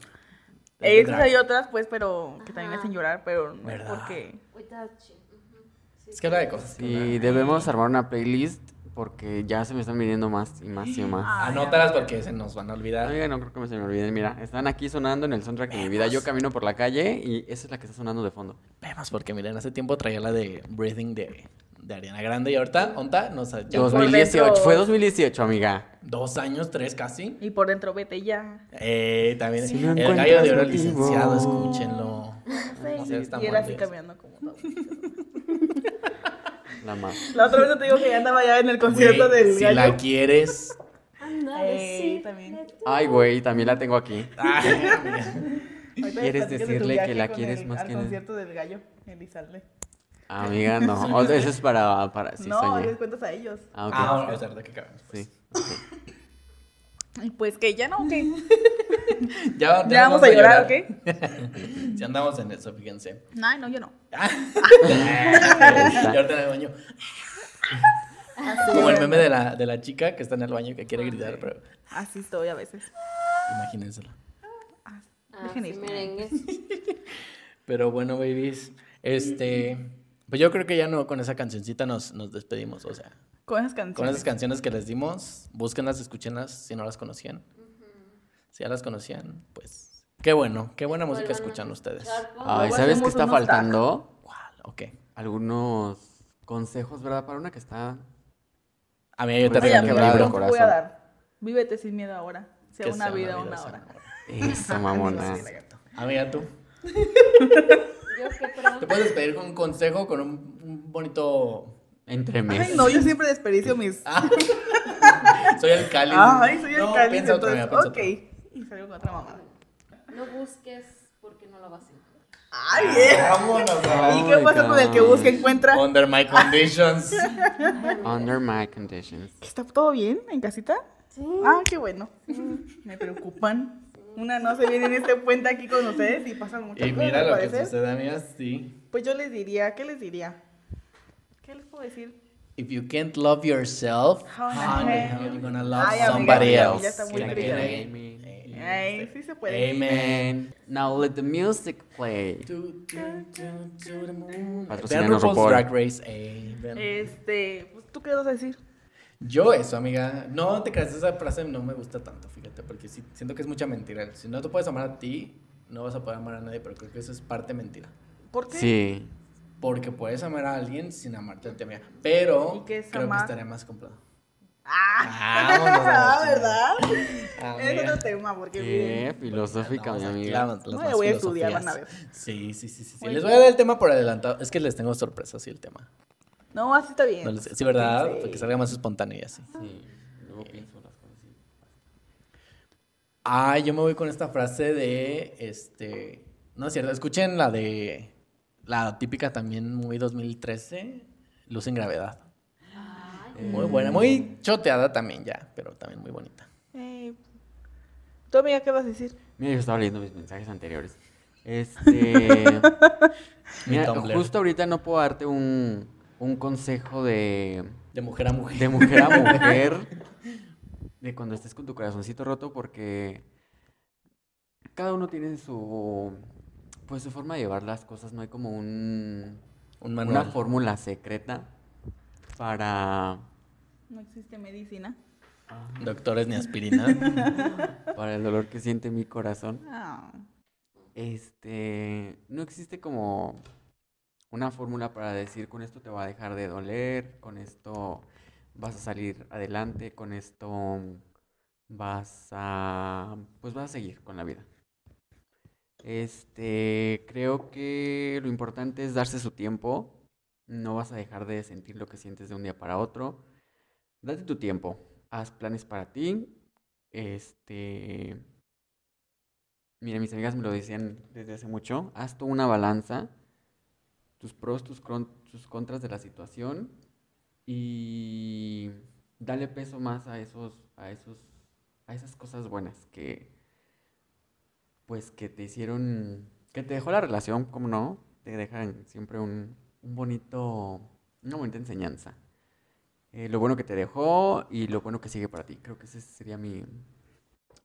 Speaker 3: Ey,
Speaker 1: Es de
Speaker 3: esas hay
Speaker 1: drag.
Speaker 3: otras, pues, pero que también me
Speaker 2: Ajá.
Speaker 3: hacen llorar, pero no es
Speaker 1: ¿Verdad?
Speaker 3: porque...
Speaker 2: Without You. ujú. Sí,
Speaker 1: Es que habla de cosas. que
Speaker 4: Sí,
Speaker 1: hablan.
Speaker 4: debemos armar una playlist porque ya se me están viniendo más y más y
Speaker 1: Ah,
Speaker 4: más.
Speaker 3: Ay,
Speaker 1: Anótalas porque se nos van a olvidar.
Speaker 4: Amiga, no creo que me se me olviden. Mira, están aquí sonando en el soundtrack de mi vida. Yo camino por la calle y esa es la que está sonando de fondo.
Speaker 1: Vemos, porque miren, hace tiempo traía la de Breathing de, de Ariana Grande y ahorita, ¿onta? Nos, ya
Speaker 3: Dos.
Speaker 1: fue
Speaker 4: 2018,
Speaker 3: dentro-
Speaker 4: fue 2018, amiga.
Speaker 1: dos años, tres casi.
Speaker 3: Y por dentro, vete ya.
Speaker 1: Eh, también
Speaker 4: Si no
Speaker 1: el gallo de
Speaker 4: encuentras
Speaker 1: oro
Speaker 4: motivo.
Speaker 1: licenciado, escúchenlo. O sea, está
Speaker 3: y era así
Speaker 1: muy bien.
Speaker 3: caminando como todo.
Speaker 4: La más.
Speaker 3: La otra vez te digo que ya andaba ya en el
Speaker 1: Güey,
Speaker 3: concierto del
Speaker 1: Si
Speaker 3: gallo.
Speaker 1: la quieres,
Speaker 2: I'm not a
Speaker 3: Ey, también.
Speaker 4: Ay, güey, también la tengo aquí.
Speaker 1: Ay, Ah, mira.
Speaker 3: Ahorita
Speaker 4: ¿Quieres
Speaker 3: platicas de tu
Speaker 4: decirle
Speaker 3: viaje
Speaker 4: que la
Speaker 3: con
Speaker 4: quieres
Speaker 3: el-
Speaker 4: más
Speaker 3: al
Speaker 4: que nada?
Speaker 3: concierto del gallo, Elizalde.
Speaker 4: Amiga, no. O sea, eso es para. para... Sí,
Speaker 3: no, les
Speaker 4: soñé.
Speaker 3: cuentas a ellos.
Speaker 4: Ah, ok.
Speaker 1: Ah, bueno, es verdad que acabamos.
Speaker 4: Sí.
Speaker 3: Y Pues que ya no, que
Speaker 1: Ya,
Speaker 3: ya vamos a llorar, ¿ok?
Speaker 1: Si andamos en eso, fíjense.
Speaker 3: Ay, no, yo no.
Speaker 1: Y ahorita en el baño. Como el meme de la, de la chica que está en el baño y que quiere gritar, pero
Speaker 3: Así estoy a veces.
Speaker 1: imagínenselo.
Speaker 2: Ah,
Speaker 3: Dejen
Speaker 2: sí,
Speaker 3: ir.
Speaker 2: merengues.
Speaker 1: Pero bueno, babies, este. Pues yo creo que ya no con esa cancioncita nos, nos despedimos. O sea,
Speaker 3: Con esas
Speaker 1: con
Speaker 3: canciones.
Speaker 1: esas canciones que les dimos, búsquenlas, escúchenlas si no las conocían. Si ya las conocían, pues. Qué bueno, qué buena música
Speaker 2: Vuelvan a
Speaker 1: escuchan ustedes.
Speaker 2: escuchar, por
Speaker 4: Ay, ¿sabes
Speaker 3: Luego
Speaker 4: qué
Speaker 3: hacemos
Speaker 4: está
Speaker 3: unos
Speaker 4: faltando?
Speaker 1: ¿Cuál? Ok.
Speaker 4: Algunos consejos, ¿verdad? Para una que está.
Speaker 1: A mí yo te
Speaker 4: Oye,
Speaker 1: regalé un
Speaker 4: amiga,
Speaker 1: libro.
Speaker 3: no
Speaker 4: el
Speaker 3: te voy a
Speaker 4: corazón.
Speaker 3: dar. Vívete sin miedo ahora. Sea
Speaker 1: Que
Speaker 3: una
Speaker 1: sea
Speaker 3: vida, una
Speaker 1: sea
Speaker 3: hora.
Speaker 4: Eso, mamona.
Speaker 1: Amiga, tú.
Speaker 2: Yo qué, perdón.
Speaker 1: Te puedes despedir con un consejo, con un, un bonito.
Speaker 4: Entre
Speaker 3: Ay,
Speaker 4: meses.
Speaker 3: no, yo siempre desperdicio mis.
Speaker 1: Ah. Soy el cáliz.
Speaker 3: Ay, soy el
Speaker 1: No,
Speaker 3: cáliz,
Speaker 1: Piensa otra,
Speaker 3: entonces,
Speaker 1: amiga, piensa
Speaker 3: ok.
Speaker 1: otra.
Speaker 3: Y salgo con otra mamada.
Speaker 2: No busques porque no lo vas a encontrar.
Speaker 3: Ay, eh.
Speaker 1: Vámonos, vámonos.
Speaker 3: ¿Y qué
Speaker 4: my
Speaker 3: pasa con el que
Speaker 4: God.
Speaker 3: busca encuentra?
Speaker 1: Under my conditions.
Speaker 4: Under my conditions.
Speaker 3: ¿Está todo bien en casita?
Speaker 2: Sí.
Speaker 3: Ah, qué bueno. Me preocupan. Una no se viene en este puente aquí con ustedes y pasan muchas
Speaker 1: y
Speaker 3: cosas.
Speaker 1: mira
Speaker 3: al
Speaker 1: lo que
Speaker 3: parecer.
Speaker 1: sucede, amigas. Sí.
Speaker 3: Pues yo les diría, ¿qué les diría? ¿Qué les puedo decir?
Speaker 1: If you can't love yourself,
Speaker 3: How
Speaker 1: how
Speaker 3: in
Speaker 1: the
Speaker 3: the
Speaker 1: hell
Speaker 3: hell
Speaker 1: are you gonna love
Speaker 3: Ay, amiga,
Speaker 1: somebody
Speaker 3: ya
Speaker 1: else?
Speaker 3: está muy
Speaker 1: Can I
Speaker 3: triste.
Speaker 1: get a-
Speaker 4: Amen.
Speaker 3: Ay, sí se puede.
Speaker 1: este, Amen.
Speaker 4: And now let the music play.
Speaker 1: To, to, to, to the moon. Vean
Speaker 4: Patrocínanos,
Speaker 1: RuPaul's
Speaker 4: RuPaul.
Speaker 1: Drag Race. Amen.
Speaker 3: Este, pues, ¿tú qué vas a decir?
Speaker 1: Yo eso, amiga. No te creas, esa frase no me gusta tanto, fíjate, porque sí, siento que es mucha mentira. Si no te puedes amar a ti, no vas a poder amar a nadie, pero creo que eso es parte mentira.
Speaker 3: ¿Por qué?
Speaker 4: Sí.
Speaker 1: Porque puedes amar a alguien sin amarte a ti, amiga. Pero
Speaker 3: ¿Y qué es
Speaker 1: creo
Speaker 3: amar?
Speaker 1: que estaría más comprado.
Speaker 3: Ah,
Speaker 1: Vámonos Ah, a la
Speaker 3: ¿verdad?
Speaker 1: chingada,
Speaker 3: Es
Speaker 1: amiga.
Speaker 3: otro tema, porque
Speaker 4: Qué filosófica, mi
Speaker 1: Vamos aquí,
Speaker 4: amiga.
Speaker 1: las- las
Speaker 3: No,
Speaker 1: más
Speaker 3: voy a estudiar,
Speaker 1: filosofías.
Speaker 3: van a ver.
Speaker 1: Sí, sí, sí, sí. sí.
Speaker 3: Muy
Speaker 1: Les
Speaker 3: bien.
Speaker 1: voy a dar el tema por adelantado. Es que les tengo sorpresa, sí, el tema.
Speaker 3: No, así está bien.
Speaker 1: No les- sí, ¿verdad?
Speaker 3: Sí.
Speaker 1: Para que salga más espontáneo y así.
Speaker 4: Sí. Luego pienso las cosas así.
Speaker 1: Ah, yo me voy con esta frase de, este, no es cierto, escuchen la de, la típica también muy 2013, Luz en Gravedad. Muy buena,
Speaker 3: Mm.
Speaker 1: muy choteada también ya, pero también muy bonita.
Speaker 3: Eh, ¿Tú, amiga, qué vas a decir?
Speaker 4: Mira, yo estaba leyendo mis mensajes anteriores. Este.
Speaker 1: Mi
Speaker 4: mira,
Speaker 1: Tumblr.
Speaker 4: justo ahorita no puedo darte un, un consejo de,
Speaker 1: De mujer a mujer.
Speaker 4: de mujer a mujer. De cuando estés con tu corazoncito roto, porque cada uno tiene su. Pues su forma de llevar las cosas. No hay como un.
Speaker 1: Un
Speaker 4: Una
Speaker 1: manual.
Speaker 4: fórmula secreta para.
Speaker 3: No existe medicina.
Speaker 1: Ah. Doctores ni aspirina.
Speaker 4: Para el dolor que siente mi corazón.
Speaker 3: Ah.
Speaker 4: Este, no existe como una fórmula para decir con esto te va a dejar de doler, con esto vas a salir adelante, con esto vas a, pues vas a seguir con la vida. Este, creo que lo importante es darse su tiempo. No vas a dejar de sentir lo que sientes de un día para otro. Date tu tiempo. Haz planes para ti. Este, Mira, mis amigas me lo decían desde hace mucho. Haz tú una balanza, tus pros, tus, cron- tus contras de la situación y dale peso más a esos, a esos, a esas cosas buenas que, pues, que te hicieron, que te dejó la relación, como no, te dejan siempre un, un bonito, una bonita enseñanza. Eh, lo bueno que te dejó y lo bueno que sigue para ti. Creo que ese sería mi,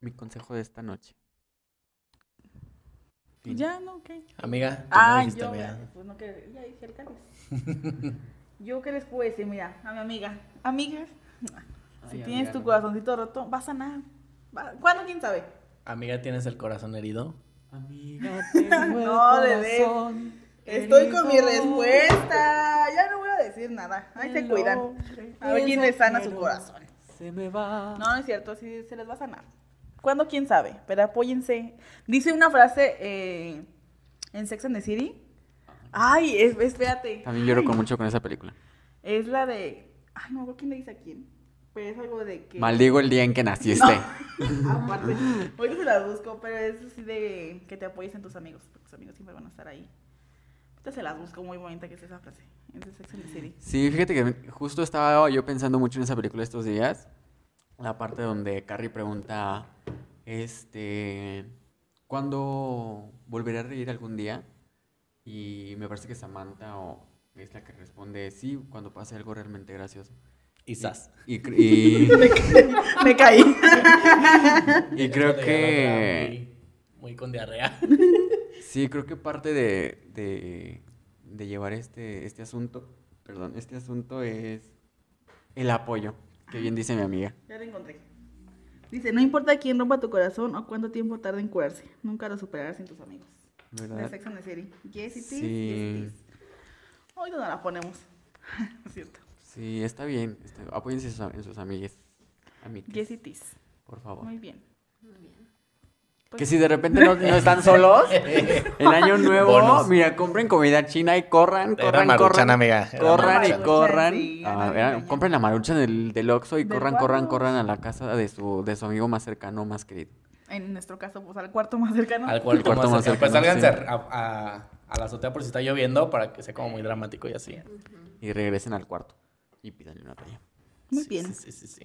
Speaker 4: mi consejo de esta noche. Fin.
Speaker 3: Ya, no, ¿qué?
Speaker 1: Amiga, tú no
Speaker 3: Ah,
Speaker 1: dijiste,
Speaker 3: yo,
Speaker 1: amiga.
Speaker 3: pues no que ya dije el cáliz. yo qué les puedo decir, mira, a mi amiga, amigas, si
Speaker 4: Ay,
Speaker 3: tienes
Speaker 4: amiga,
Speaker 3: tu
Speaker 4: no.
Speaker 3: corazoncito roto, vas a nada. ¿Cuándo quién sabe?
Speaker 1: Amiga, ¿tienes el corazón herido?
Speaker 4: Amiga, tengo el
Speaker 3: No, bebé.
Speaker 4: corazón
Speaker 3: Estoy
Speaker 4: herido.
Speaker 3: con mi respuesta. Ya no voy a decir nada. Ahí se
Speaker 4: El
Speaker 3: cuidan.
Speaker 4: hombre
Speaker 3: A ver quién
Speaker 4: piensa
Speaker 3: le sana
Speaker 4: que
Speaker 3: su
Speaker 4: no
Speaker 3: corazón.
Speaker 4: Se me va.
Speaker 3: No, no es cierto, sí se les va a sanar. ¿Cuándo quién sabe? Pero apóyense. Dice una frase eh, en Sex and the City. Ay, es- espérate.
Speaker 4: También lloro con mucho con esa película.
Speaker 3: Es la de. Ay, no me acuerdo quién le dice a quién. Pero es algo de que.
Speaker 4: Maldigo el día en que naciste.
Speaker 3: Aparte, ahorita se las busco, pero es así de que te apoyes en tus amigos. Porque tus amigos siempre van a estar ahí. Ahorita se las busco muy bonita que es esa frase. Es de Sex and the City.
Speaker 4: Sí, fíjate que justo estaba yo pensando mucho en esa película estos días. La parte donde Carrie pregunta, este, ¿cuándo volveré a reír algún día? Y me parece que Samantha o es la que responde, sí, cuando pase algo realmente gracioso.
Speaker 1: Y zas.
Speaker 4: Y, cre- y-
Speaker 3: Me caí.
Speaker 4: y creo
Speaker 1: Esto te agarra
Speaker 4: que...
Speaker 1: Muy, muy con diarrea.
Speaker 4: Sí, creo que parte de, de- de llevar este, este asunto, perdón, este asunto es el apoyo, que bien dice mi amiga.
Speaker 3: Ya la encontré. Dice, no importa quién rompa tu corazón o cuánto tiempo tarde en curarse, nunca lo superarás sin tus amigos. De
Speaker 4: ¿Verdad?
Speaker 3: Sex and the City. Yes, it is.
Speaker 4: Sí.
Speaker 3: Yes, it is. Hoy no la ponemos. No es cierto.
Speaker 4: Sí, está bien. está- apóyense en sus, en sus amigues. amigues,
Speaker 3: Yes, it is.
Speaker 4: por favor.
Speaker 3: Muy pues bien.
Speaker 2: Muy bien.
Speaker 4: Que si de repente no, no están solos, el año nuevo,
Speaker 1: Bonos.
Speaker 4: mira, compren comida china y corran,
Speaker 1: Era
Speaker 4: corran,
Speaker 1: Maruchan,
Speaker 4: corran.
Speaker 1: amiga, era
Speaker 4: Corran y
Speaker 3: Maruchan.
Speaker 4: corran.
Speaker 3: Sí,
Speaker 4: Ah,
Speaker 3: navideña.
Speaker 4: eran- compren la marucha del, del Oxxo y
Speaker 3: ¿Del
Speaker 4: corran, corran,
Speaker 3: cuarto?
Speaker 4: corran a la casa de su, de su amigo más cercano, más querido.
Speaker 3: En nuestro caso, pues al cuarto más cercano.
Speaker 1: Al cuarto,
Speaker 4: cuarto
Speaker 1: más
Speaker 4: más
Speaker 1: cercano. Pues
Speaker 4: cercano,
Speaker 1: sálganse a, a- a la azotea por si está lloviendo para que sea como muy dramático y así.
Speaker 4: Y regresen al cuarto y pídanle una talla.
Speaker 3: Muy
Speaker 1: Sí,
Speaker 3: bien.
Speaker 1: Sí, sí, sí, sí.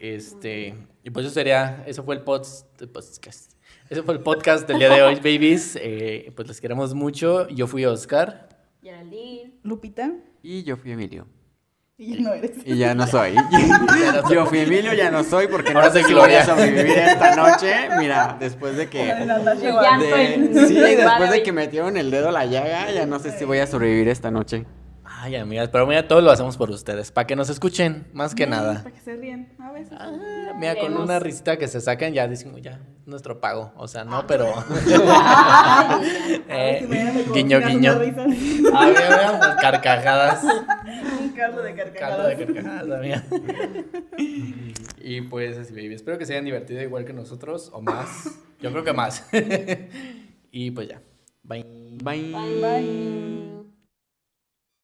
Speaker 1: Este, y pues eso sería, eso fue el pods- podcast. Ese fue el podcast del día de hoy, babies. Eh, pues les queremos mucho. Yo fui Oscar.
Speaker 2: Geraldine.
Speaker 3: Lupita,
Speaker 4: Y yo fui Emilio.
Speaker 3: y ya no eres.
Speaker 4: Y ya no soy. yo fui Emilio, ya no soy, porque
Speaker 1: Ahora
Speaker 4: no sé
Speaker 1: soy
Speaker 4: si voy
Speaker 1: Gloria.
Speaker 4: a sobrevivir esta noche. Mira, después de que...
Speaker 3: Natasha
Speaker 2: Ya.
Speaker 3: Igual.
Speaker 2: Llanto
Speaker 4: de-
Speaker 2: en-
Speaker 4: sí,
Speaker 2: en
Speaker 4: después de
Speaker 2: Barbie.
Speaker 4: que metieron el dedo a la llaga, ya no sé si voy a sobrevivir esta noche.
Speaker 1: Ay, amigas, pero mira, todo lo hacemos por ustedes, para que nos escuchen, más que
Speaker 3: Mm,
Speaker 1: nada.
Speaker 3: Para que se ríen. A veces.
Speaker 1: Ah, mira, con
Speaker 2: Queremos-
Speaker 1: una risita que se sacan ya decimos, ya, nuestro pago. O sea, no, pero...
Speaker 2: Ay,
Speaker 3: Ah. A ver si mañana me
Speaker 1: Eh, guiño,
Speaker 3: confinas
Speaker 1: guiño.
Speaker 3: una risa.
Speaker 1: Ay, mira, mira, pues, carcajadas.
Speaker 3: Un caldo de
Speaker 1: Caldo de
Speaker 3: carcajadas.
Speaker 1: carcajadas, amiga. Y pues así, baby. Espero que se hayan divertido igual que nosotros, o más. Yo creo que más. Y pues ya. Bye. Eh.
Speaker 2: ya. Bye.